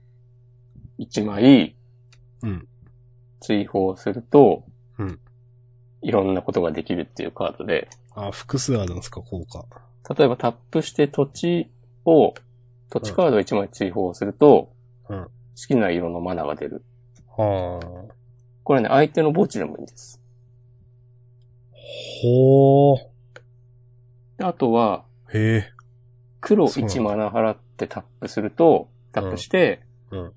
S2: 1枚、
S1: うん。
S2: 追放すると、
S1: うん
S2: いろんなことができるっていうカードで、
S1: あ、複数あるんですか、効果。
S2: 例えばタップして土地を、土地カードを1枚追放すると、
S1: うん
S2: 好きな色のマナが出る。
S1: はあ。
S2: これね、相手の墓地でもいいんです。
S1: ほー。
S2: であとは、
S1: へえ。
S2: 黒
S1: そうなんだ
S2: 1マナ払ってタップすると、タップして、
S1: うんうん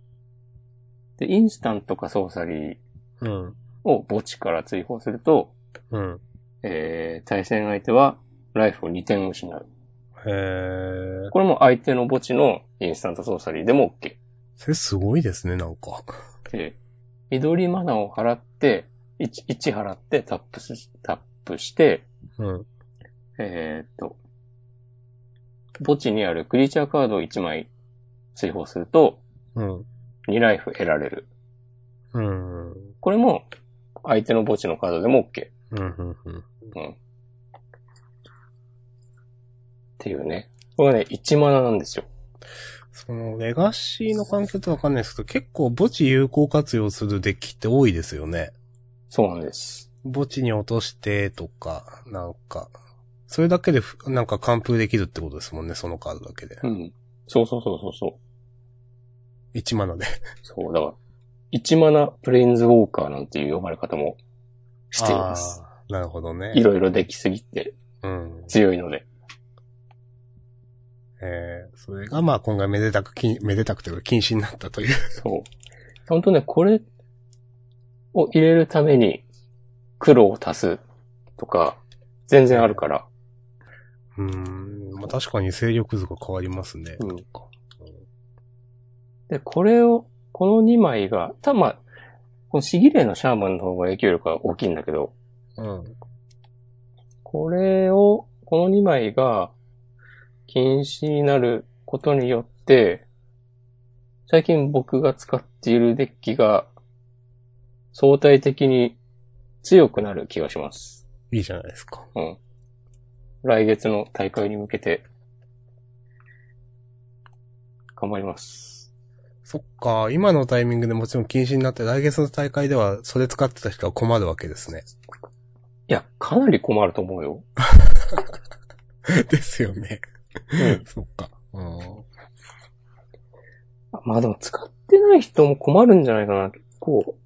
S2: で、インスタントかソーサリー
S1: うん。
S2: を墓地から追放すると、
S1: うん。
S2: えー、対戦相手はライフを2点失う。
S1: へえ。
S2: これも相手の墓地のインスタントソーサリーでも OK。
S1: それすごいですね、なんか。
S2: で、緑マナを払って、1、1払ってタップす、タップして、
S1: うん。
S2: えーっと、墓地にあるクリーチャーカードを1枚追放すると、
S1: うん。
S2: 2ライフ得られる。
S1: うん。
S2: これも、相手の墓地のカードでも OK。
S1: うん。うん。うん。
S2: うん。っていうね。これがね、1マナなんですよ。
S1: その、レガシーの関係とわかんないですけど、結構墓地有効活用するデッキって多いですよね。
S2: そうなんです。
S1: 墓地に落としてとか、なんか、それだけでふ、なんか完封できるってことですもんね、そのカードだけで。
S2: うん。そうそうそうそうそう。
S1: 1マナで。
S2: そう、だから、一マナプレインズウォーカーなんていう呼ばれ方もしています。
S1: あー。なるほどね
S2: い。ろいろできすぎて
S1: うん。
S2: 強いので。
S1: えー、それがまあ今回めでたくき、めでたくというか禁止になったと いう。
S2: そう。本当ね、これを入れるために黒を足すとか、全然あるから。
S1: うーん。まあ確かに勢力図が変わりますね。
S2: うんで、これを、この2枚が、たまあ、このシギレイのシャーマンの方が影響力が大きいんだけど、
S1: うん。
S2: これを、この2枚が禁止になることによって、最近僕が使っているデッキが相対的に強くなる気がします。
S1: いいじゃないですか。
S2: うん。来月の大会に向けて頑張ります。
S1: そっか、今のタイミングでもちろん禁止になって、来月の大会ではそれ使ってた人は困るわけです ね。
S2: いや、かなり困ると思うよ。
S1: ですよね。
S2: うん。
S1: そっか。うん
S2: まあでも使ってない人も困るんじゃないかな。結構、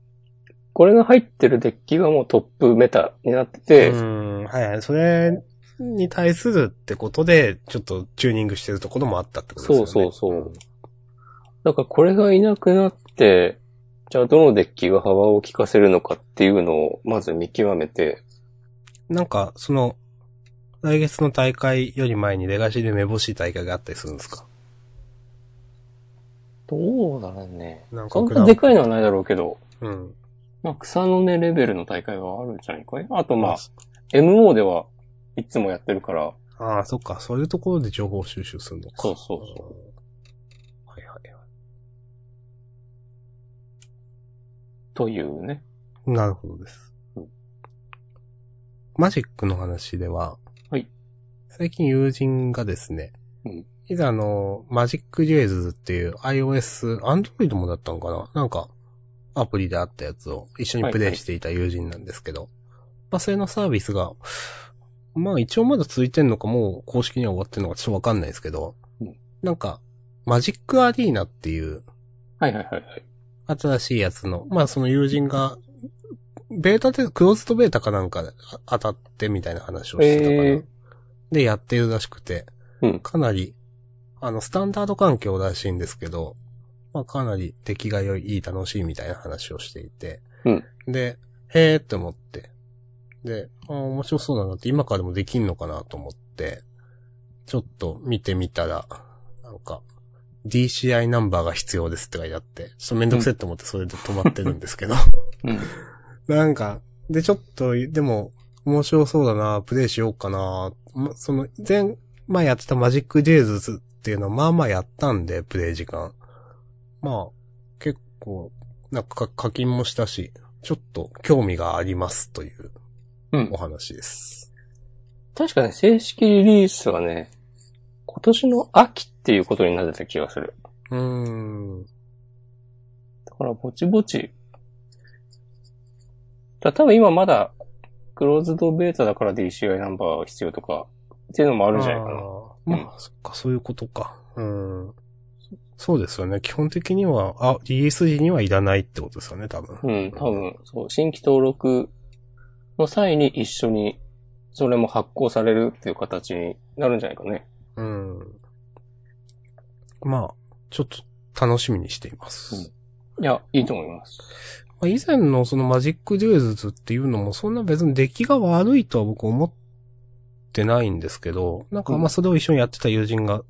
S2: これが入ってるデッキがもうトップメタになってて、
S1: うん、はいはい。それに対するってことで、ちょっとチューニングしてるところもあったってことです
S2: そ
S1: よ
S2: う
S1: ね。
S2: そうそう。だからこれがいなくなって、じゃあどのデッキが幅を利かせるのかっていうのをまず見極めて、
S1: なんか、その、来月の大会より前にレガシーでめぼしい大会があったりするんですか
S2: どうだろうね。
S1: なんか
S2: そん
S1: グ
S2: な
S1: ラン
S2: でかいのはないだろうけど、
S1: うん。
S2: まあ草の根レベルの大会はあるんじゃないかいあとまあ
S1: あ、
S2: MO ではいつもやってるから、
S1: ああ、そっか。そういうところで情報収集するのか。。
S2: そうそうそう
S1: はいはいは
S2: というね。
S1: い。なるほどです
S2: うん。
S1: マジックの話では、
S2: はい。
S1: 最近友人がですね、
S2: うん
S1: いざあの、マジックデュエルズっていう iOS、Android もだったのかななんか、アプリであったやつを一緒にプレイしていた友人なんですけど、まあそれのサービスが、まあ一応まだ続いてんのかもう公式には終わってんのかちょっとわかんないですけど、
S2: うん
S1: なんか、マジックアリーナっていう
S2: はいはいはいはい。
S1: 新しいやつの、まあその友人が、ベータで、クローズドベータかなんかであ当たってみたいな話をしてたから、
S2: え
S1: でやってるらしくて、
S2: うん
S1: かなり、あの、スタンダード環境らしいんですけど、まあかなり出来が良い、いい楽しいみたいな話をしていて、
S2: うん
S1: で、へーって思って、で、あー面白そうだなって今からでもできんのかなと思って、ちょっと見てみたら、なんか、DCI ナンバーが必要ですって書いてあって、ちょっとめんどくせえって思ってそれで止まってるんですけど、
S2: ーうん。
S1: なん か、で、ちょっと、でも、面白そうだな、プレイしようかな、まその、前、前やってたマジック・ジェイズズっていうのは、まあまあやったんで、プレイ時間。まあ、結構、なんかか課金もしたし、ちょっと興味がありますという
S2: うん
S1: お。話です。
S2: 確かね、正式リリースはね、今年の秋っていうことになってた気がする。
S1: うーん。
S2: だから、ぼちぼち。だ多分今まだ、クローズドベータだから DCI ナンバー必要とか、っていうのもあ
S1: あ
S2: るんじゃないかな。
S1: ーまあ、そっか、そういうことか。うーん。そうですよね。基本的には、あ、DSG にはいらないってことですよね、多分。
S2: うん、多分、そう、新規登録の際に一緒に、それも発行されるっていう形になるんじゃないかね。
S1: うん。まあ、ちょっと楽しみにしています。
S2: うんいや、いいと思います。
S1: まあ、以前のそのマジックデュエルズっていうのもそんな別に出来が悪いとは僕思ってないんですけど、なんかまあそれを一緒にやってた友人が、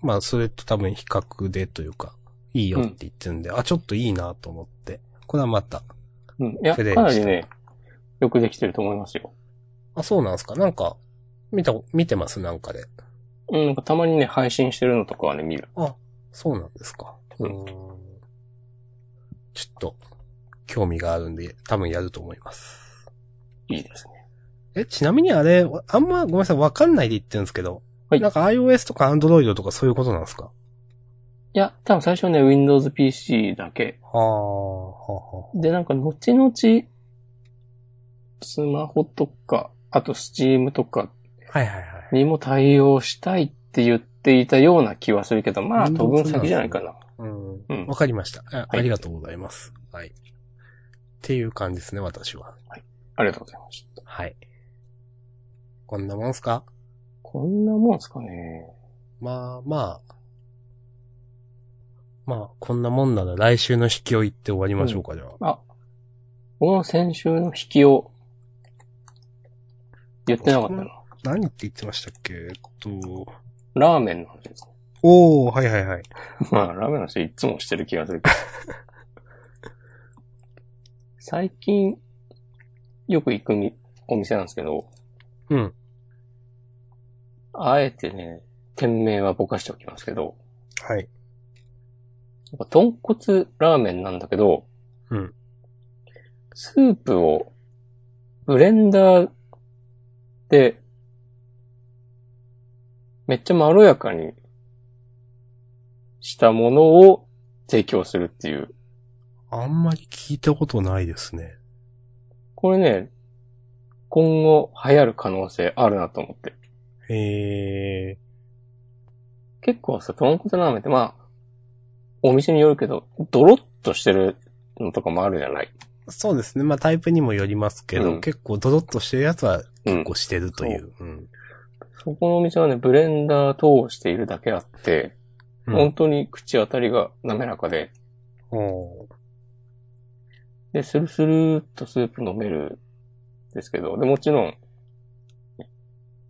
S1: まあそれと多分比較でというか、いいよって言ってるんで、あ、ちょっといいなと思って。これはまた。
S2: うん。いや、
S1: プレイ
S2: か
S1: した
S2: なりね、よくできてると思いますよ。
S1: あ、そうなんですかなんか、見た、見てますなんかで。
S2: うん、なんかたまにね、配信してるのとかはね、見る。
S1: そうなんですか。
S2: うん
S1: ーんちょっと、興味があるんで、多分やると思います。
S2: いいですね。
S1: え、ちなみにあれ、わあんまごめんなさい、わかんないで言ってるんですけど。
S2: はい
S1: なんか iOS とか Android とかそういうことなんですか
S2: いや、多分最初はね、Windows PC だけ。
S1: はあ、は
S2: で、なんか後々、スマホとか、あと Steam とか
S1: あ、はいはいはい。
S2: にも対応したいって言っていたような気はするけど、まあ、
S1: Windows
S2: 当分先じゃないかな。
S1: うん。わ、
S2: うん
S1: かりましたあ。
S2: い
S1: ありがとうございます。はい。っていう感じですね、私は。
S2: ありがとうございました。
S1: はい。こんなもんすか
S2: こんなもんすかね。
S1: まあまあ。まあ、こんなもんなら来週の引きを言って終わりましょうか、じゃあ。
S2: あ、この先週の引きを、言ってなかったな。
S1: 何って言ってましたっけえっと。
S2: ラーメンの話ですね。
S1: おー、はいはいはい。
S2: まあ、ラーメンの話いつもしてる気がするけど。 最近、よく行くみお店なんですけど、
S1: うん。
S2: あえてね、店名はぼかしておきますけど、
S1: はい。
S2: なんか豚骨ラーメンなんだけど、
S1: うん
S2: スープを、ブレンダーで、めっちゃまろやかにしたものを提供するっていう。
S1: あんまり聞いたことないですね。
S2: これね、今後流行る可能性あるなと思って。
S1: へえ。
S2: 結構さ、豚骨ラーメンってまあ、お店によるけど、ドロッとしてるのとかもあるじゃない。
S1: そうですね。まあタイプにもよりますけど、
S2: うん
S1: 結構ドロッとしてるやつは
S2: うん
S1: 結。構してるという。うん。
S2: そこのお店はね、ブレンダー通しているだけあって、
S1: うん
S2: 本当に口当たりが滑らかで、
S1: おー
S2: で、スルスルーっとスープ飲めるんですけど、で、もちろん、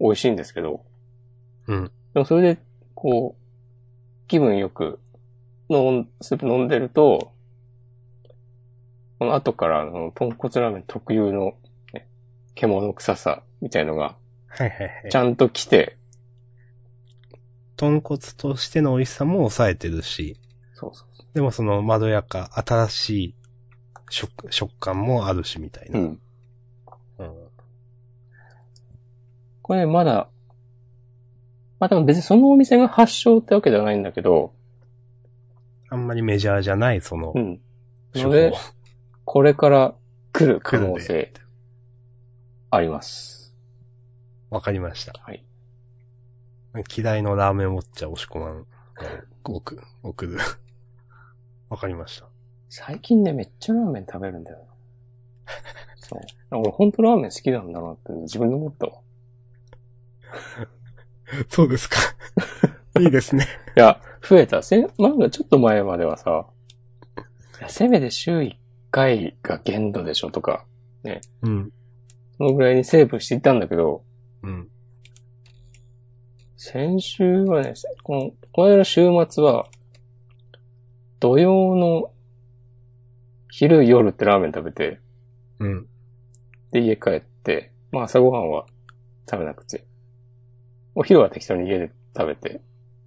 S2: 美味しいんですけど、
S1: うん。
S2: でもそれで、こう、気分よく、飲ん、スープ飲んでると、この後から、あの、豚骨ラーメン特有の、ね、獣臭さみたいのが、
S1: はいはいはい
S2: ち。ゃんと来て、
S1: 豚骨としての美味しさも抑えてるし、
S2: そうそうそ。
S1: でもそのまろやか、新しい食、食感もあるしみたいうな。
S2: うん。
S1: うん
S2: これまだ、まあでも別にそのお店が発祥ってわけではないんだけど、
S1: あんまりメジャーじゃない、その
S2: う、ん。
S1: 手
S2: ので
S1: 法、
S2: これから来る可能性あります。
S1: わかりました。
S2: はい。
S1: 嫌いのラーメンウォッチャー押し込まん。送、送る。 わかりました。
S2: 最近ね、めっちゃラーメン食べるんだ よな。そう。俺ほんとラーメン好きなんだなって自分で思ったわ。
S1: そうですか。 いいですね。
S2: いや、増えた。せ、なんかちょっと前まではさ、いやせめて週1回が限度でしょとか、
S1: うん。
S2: そのぐらいにセーブしていったんだけど、
S1: うん。
S2: 先週はね、この、この間の週末は、土曜の昼夜ってラーメン食べて、
S1: うん。
S2: で家帰って、まあ朝ごはんは食べなくて、お昼は適当に家で食べて、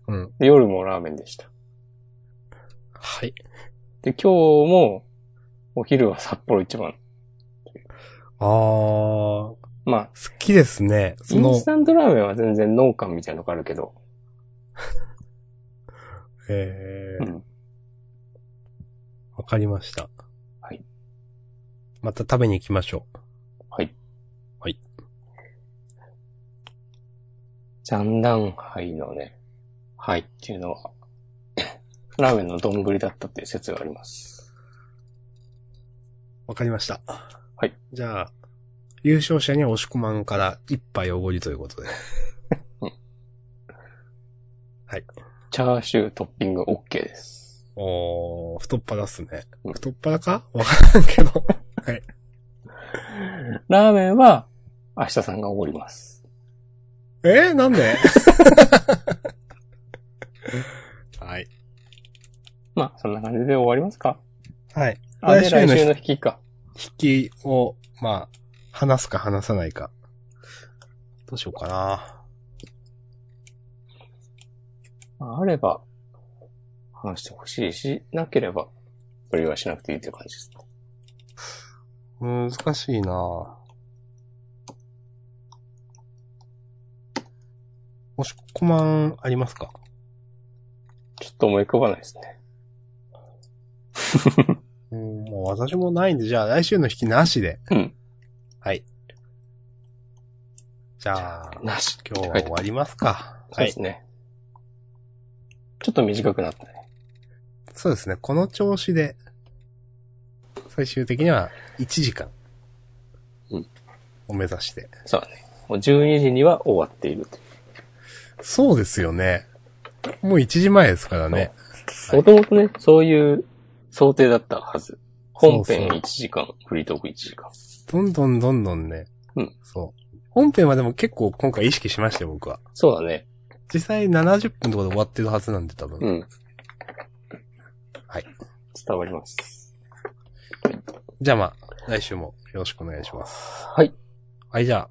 S1: うん。
S2: で夜もラーメンでした。
S1: はい。
S2: で今日もお昼は札幌一番。
S1: あー、好
S2: まあ、
S1: きですね。
S2: イ
S1: そ
S2: ン
S1: の
S2: ス、タントラーメンは全然農家みたいなのがあるけど、
S1: え
S2: う
S1: ー、
S2: ん。
S1: わかりました。
S2: はい。
S1: また食べに行きましょう。
S2: ジャンダンハイのね、ハイっていうのは、 ラーメンの丼だったっていう説があります。。
S1: わかりました。はいじゃあ、優勝者には押し込まんから一杯おごりということで。
S2: チャーシュートッピング OK です。
S1: おー、太っ腹っすね
S2: う。ん
S1: 太っ腹かわからんけど。
S2: ラーメンは、明日さんがおごります。
S1: えー、なんで はい。
S2: まあ、そんな感じで終わりますか。
S1: はい。
S2: あ、で、
S1: 来週
S2: 来
S1: の
S2: 週の引きか。
S1: 引きを、まあ、話すか話さないか。どうしようかな。
S2: まああれば、話してほしいし、なければ、無理はしなくていいという感じです。
S1: 難しいなもし、コマンありますか
S2: ちょっと思い浮かばないですね。
S1: うん、もう私もないんで、じゃあ来週の引きなしで。
S2: うん。
S1: はい。じゃあ、
S2: なし。
S1: 今日は終わりますか。
S2: そうですね。ちょっと短くなったね。
S1: そうですね。この調子で、最終的には1時間。
S2: うん
S1: を目指して。
S2: そうだね。もう12時には終わっていると。
S1: そうですよね。もう1時前ですからね。
S2: もともとね、そういう想定だったはず。本編
S1: そうそう
S2: 1時間、フリートーク1時間。
S1: どんどんどんどんね。
S2: うん
S1: そう。本編はでも結構今回意識しましたよ、僕は。
S2: そうだね。
S1: 実際70分とかで終わってるはずなんで、多分。
S2: うん。
S1: はい。
S2: 伝わります。
S1: じゃあまあ、来週もよろしくお願いします。
S2: はい。
S1: はい、じゃあ、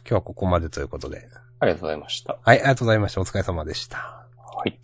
S1: 今日はここまでということで。
S2: ありがとうございました。
S1: はい、ありがとうございました。お疲れ様でした。
S2: はい。